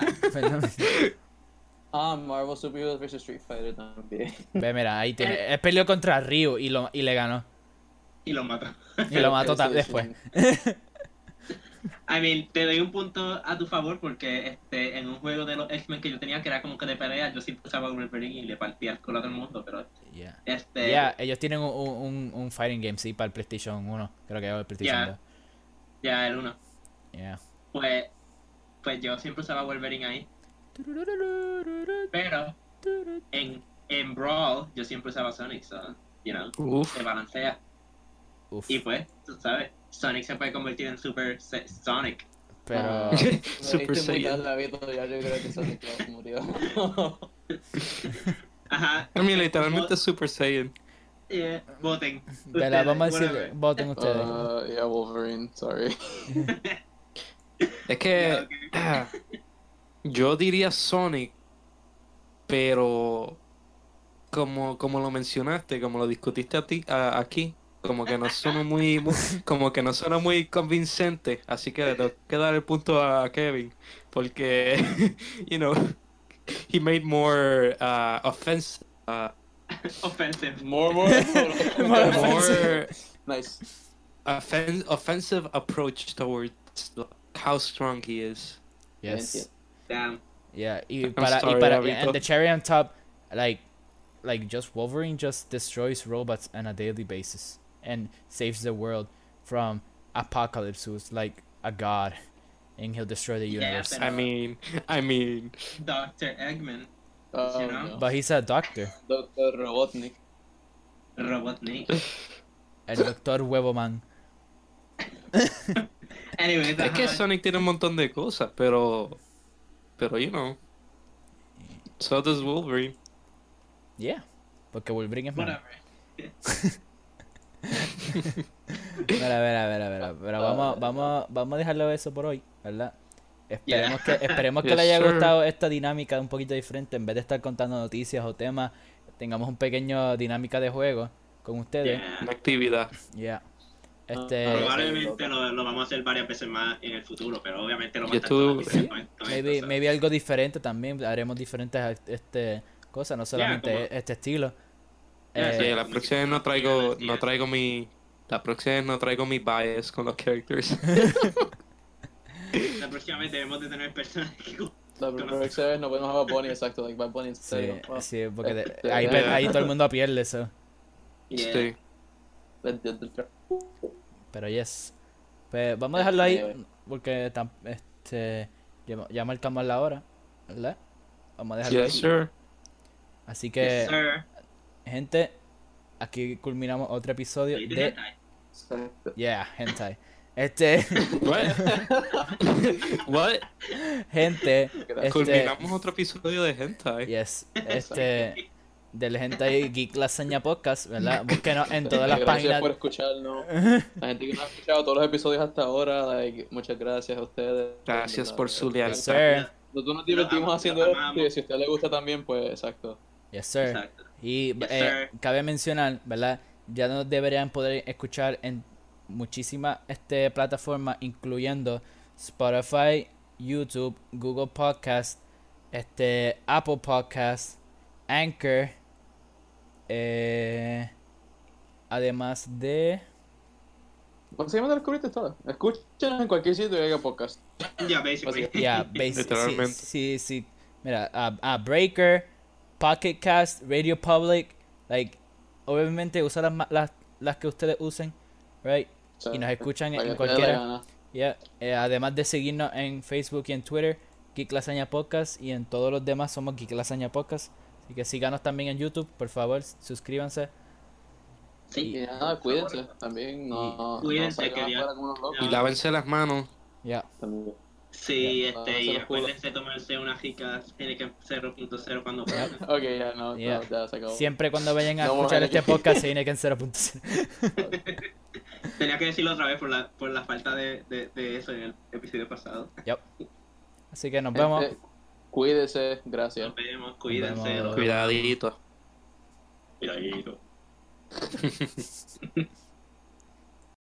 Speaker 1: Ah, Marvel Super Heroes vs Street Fighter también.
Speaker 3: Ve, mira, ahí
Speaker 2: Eh.
Speaker 3: tiene. Él peleó contra Ryu y, lo, y le ganó.
Speaker 2: Y lo mató.
Speaker 3: Y lo mató ta-
Speaker 1: Sí, sí, sí.
Speaker 3: después.
Speaker 2: I mean, te doy un punto a tu favor porque este, en un juego de los X-Men que yo tenía que era como que de pelea, yo siempre usaba Wolverine y le partía el culo a todo el mundo, pero
Speaker 3: Yeah.
Speaker 2: este...
Speaker 3: Yeah, ellos tienen un, un, un fighting game, sí, para el PlayStation 1. Creo que era el PlayStation
Speaker 2: Yeah.
Speaker 3: 2.
Speaker 2: Ya, el uno.
Speaker 3: Yeah.
Speaker 2: Pues, pues yo siempre usaba Wolverine ahí, pero en, en Brawl yo siempre usaba Sonic, so, you know,
Speaker 4: Uf.
Speaker 2: se balancea.
Speaker 3: Uf,
Speaker 2: Y pues, tú sabes, Sonic se puede convertir en Super Se- Sonic.
Speaker 3: pero.
Speaker 1: Super
Speaker 4: Super
Speaker 1: Saiyan.
Speaker 4: Saiyan.
Speaker 1: ya yo creo que Sonic ya murió.
Speaker 2: Ajá,
Speaker 4: A mí literalmente
Speaker 2: Pues
Speaker 4: es Super Saiyan.
Speaker 2: eh, voten.
Speaker 3: Vela,
Speaker 2: Ustedes, eh,
Speaker 3: vamos a decir,
Speaker 2: whatever.
Speaker 3: voten ustedes.
Speaker 1: Uh, yeah, Wolverine, sorry.
Speaker 4: Es que
Speaker 2: Ya, ok.
Speaker 4: ah, yo diría Sonic, pero como, como lo mencionaste, como lo discutiste a ti, a- aquí, como que no suena muy, muy- como que no suena muy convincente, así que le tengo que dar el punto a Kevin, porque you know he made more uh, offense, uh,
Speaker 2: Offensive.
Speaker 1: More, more,
Speaker 3: More
Speaker 4: more
Speaker 1: Nice.
Speaker 4: offen- offensive approach towards how strong he is.
Speaker 3: Yes.
Speaker 2: Damn.
Speaker 3: Yeah, y
Speaker 4: I'm
Speaker 3: para, y
Speaker 4: sorry,
Speaker 3: para
Speaker 4: Gabito.
Speaker 3: and the cherry on top, like, like just Wolverine just destroys robots on a daily basis and saves the world from Apocalypse, who's like a god, and he'll destroy the
Speaker 2: Yeah,
Speaker 3: universe.
Speaker 2: but-
Speaker 4: I mean, I mean.
Speaker 2: Dr. Eggman.
Speaker 1: Oh,
Speaker 2: You know?
Speaker 1: no.
Speaker 3: But he's a doctor,
Speaker 1: Doctor Robotnik.
Speaker 2: Robotnik.
Speaker 3: el Doctor Huevo Man.
Speaker 2: Anyways,
Speaker 4: Es que
Speaker 2: ajá.
Speaker 4: Sonic tiene un montón de cosas, pero. Pero, you know. So does Wolverine.
Speaker 3: Yeah, porque Wolverine es malo.
Speaker 2: Whatever.
Speaker 3: Mira, mira, mira, mira, Pero vamos, vamos, vamos a dejarlo eso por hoy, ¿verdad? Esperemos que, esperemos que
Speaker 4: Yes,
Speaker 3: le haya
Speaker 4: sir.
Speaker 3: gustado esta dinámica un poquito diferente. En vez de estar contando noticias o temas, tengamos un pequeño dinámica de juego con ustedes.
Speaker 2: Yeah.
Speaker 4: Una actividad.
Speaker 3: Yeah.
Speaker 2: ah,
Speaker 3: Este,
Speaker 2: Probablemente lo, lo vamos a hacer varias veces más en el futuro, pero obviamente lo
Speaker 4: Yo
Speaker 2: más
Speaker 4: estuve-
Speaker 2: tarde con- con
Speaker 3: maybe,
Speaker 2: esto, so.
Speaker 3: maybe algo diferente también. Haremos diferentes este, cosas, no solamente
Speaker 2: como-
Speaker 3: este estilo.
Speaker 2: Yeah,
Speaker 3: Eh,
Speaker 4: Sí, la próxima vez no traigo. No traigo mi. La próxima vez no traigo mi bias con los characters.
Speaker 2: La próxima vez debemos de tener personas que...
Speaker 1: La próxima vez nos vemos a Bad Bunny, exacto, like Bad Bunny en
Speaker 3: sí,
Speaker 1: serio. Wow.
Speaker 3: sí, porque de-
Speaker 1: Este,
Speaker 3: ahí,
Speaker 4: yeah.
Speaker 3: ahí todo el mundo pierde eso.
Speaker 2: Yeah.
Speaker 4: Sí.
Speaker 1: Let- let- let-
Speaker 3: Pero yes. Pues vamos a dejarlo ahí
Speaker 1: Este-
Speaker 3: porque tam- este ya, ya marcamos la hora, ¿verdad? Vamos a dejarlo
Speaker 4: Yes,
Speaker 3: ahí.
Speaker 4: sir.
Speaker 3: Así
Speaker 2: Yes,
Speaker 3: que,
Speaker 2: sir.
Speaker 3: gente, aquí culminamos otro episodio
Speaker 2: Ahí
Speaker 3: de
Speaker 2: tenés, ahí.
Speaker 1: Exacto.
Speaker 3: Yeah, hentai. Este,
Speaker 4: What? What?
Speaker 3: gente, este,
Speaker 4: Culminamos otro episodio de Hentai.
Speaker 3: yes, este del hentai Geek Lasaña Podcast, ¿verdad? Búsquenos en todas las
Speaker 1: gracias
Speaker 3: páginas.
Speaker 1: por escucharnos. La gente que nos ha escuchado todos los episodios hasta ahora, like, muchas gracias a ustedes.
Speaker 4: Gracias por su
Speaker 3: Yes,
Speaker 4: lealtad.
Speaker 3: sir.
Speaker 1: Nosotros nos divertimos
Speaker 2: Los am-
Speaker 1: haciendo
Speaker 2: los
Speaker 1: esto y
Speaker 2: amamos.
Speaker 1: si a usted le gusta también, pues exacto.
Speaker 3: Yes, sir.
Speaker 2: Exacto.
Speaker 3: Y
Speaker 2: Yes,
Speaker 3: eh,
Speaker 2: sir.
Speaker 3: cabe mencionar, ¿verdad? Ya nos deberían poder escuchar en muchísimas este, plataformas, incluyendo Spotify, YouTube, Google Podcast, este, Apple Podcast, Anchor, eh, Además de.
Speaker 1: ¿Cómo se llama Descubriste Todo? Escúchenos en cualquier sitio y haga podcast.
Speaker 2: Yeah, basically.
Speaker 3: Ya, basi- sí,
Speaker 4: Literalmente.
Speaker 3: Sí, sí, Mira, ah, ah, Breaker, Pocket Cast, Radio Public. Like, obviamente usa las, ma- las, las que ustedes usen, right?
Speaker 1: O sea,
Speaker 3: Y nos escuchan
Speaker 1: para que
Speaker 3: en
Speaker 1: te dé la
Speaker 3: cualquiera.
Speaker 1: gana.
Speaker 3: Yeah. eh, además de seguirnos en Facebook y en Twitter, Geek Lasaña Podcast, y en todos los demás somos Geek Lasaña Podcast. Así que síganos también en YouTube, por favor, suscríbanse.
Speaker 1: Y
Speaker 2: Sí.
Speaker 1: nada, cuídense también. No, no
Speaker 2: Cuídense,
Speaker 1: salgan
Speaker 2: que ya-
Speaker 1: afuera como unos locos
Speaker 4: Y lávense las manos.
Speaker 3: Ya.
Speaker 1: también.
Speaker 2: Sí,
Speaker 1: Ya,
Speaker 2: este,
Speaker 1: vamos a
Speaker 2: y
Speaker 1: hacer culo.
Speaker 2: acuérdense tomarse una rica Heineken 0.0 cuando puedan.
Speaker 1: Ok, ya no, no,
Speaker 3: Yeah.
Speaker 1: ya se acabó.
Speaker 3: Siempre cuando vayan a
Speaker 1: No,
Speaker 3: escuchar
Speaker 1: bueno,
Speaker 3: este
Speaker 1: yo-
Speaker 3: podcast, se viene que en 0.0.
Speaker 2: Tenía que decirlo otra vez por la, por la falta de, de, de eso en el episodio pasado.
Speaker 3: Así que nos
Speaker 1: Gente,
Speaker 3: vemos.
Speaker 1: Este, Cuídese, gracias.
Speaker 2: Nos vemos, cuídense.
Speaker 3: Nos
Speaker 2: los-
Speaker 3: vemos.
Speaker 4: Cuidadito.
Speaker 2: Cuidadito.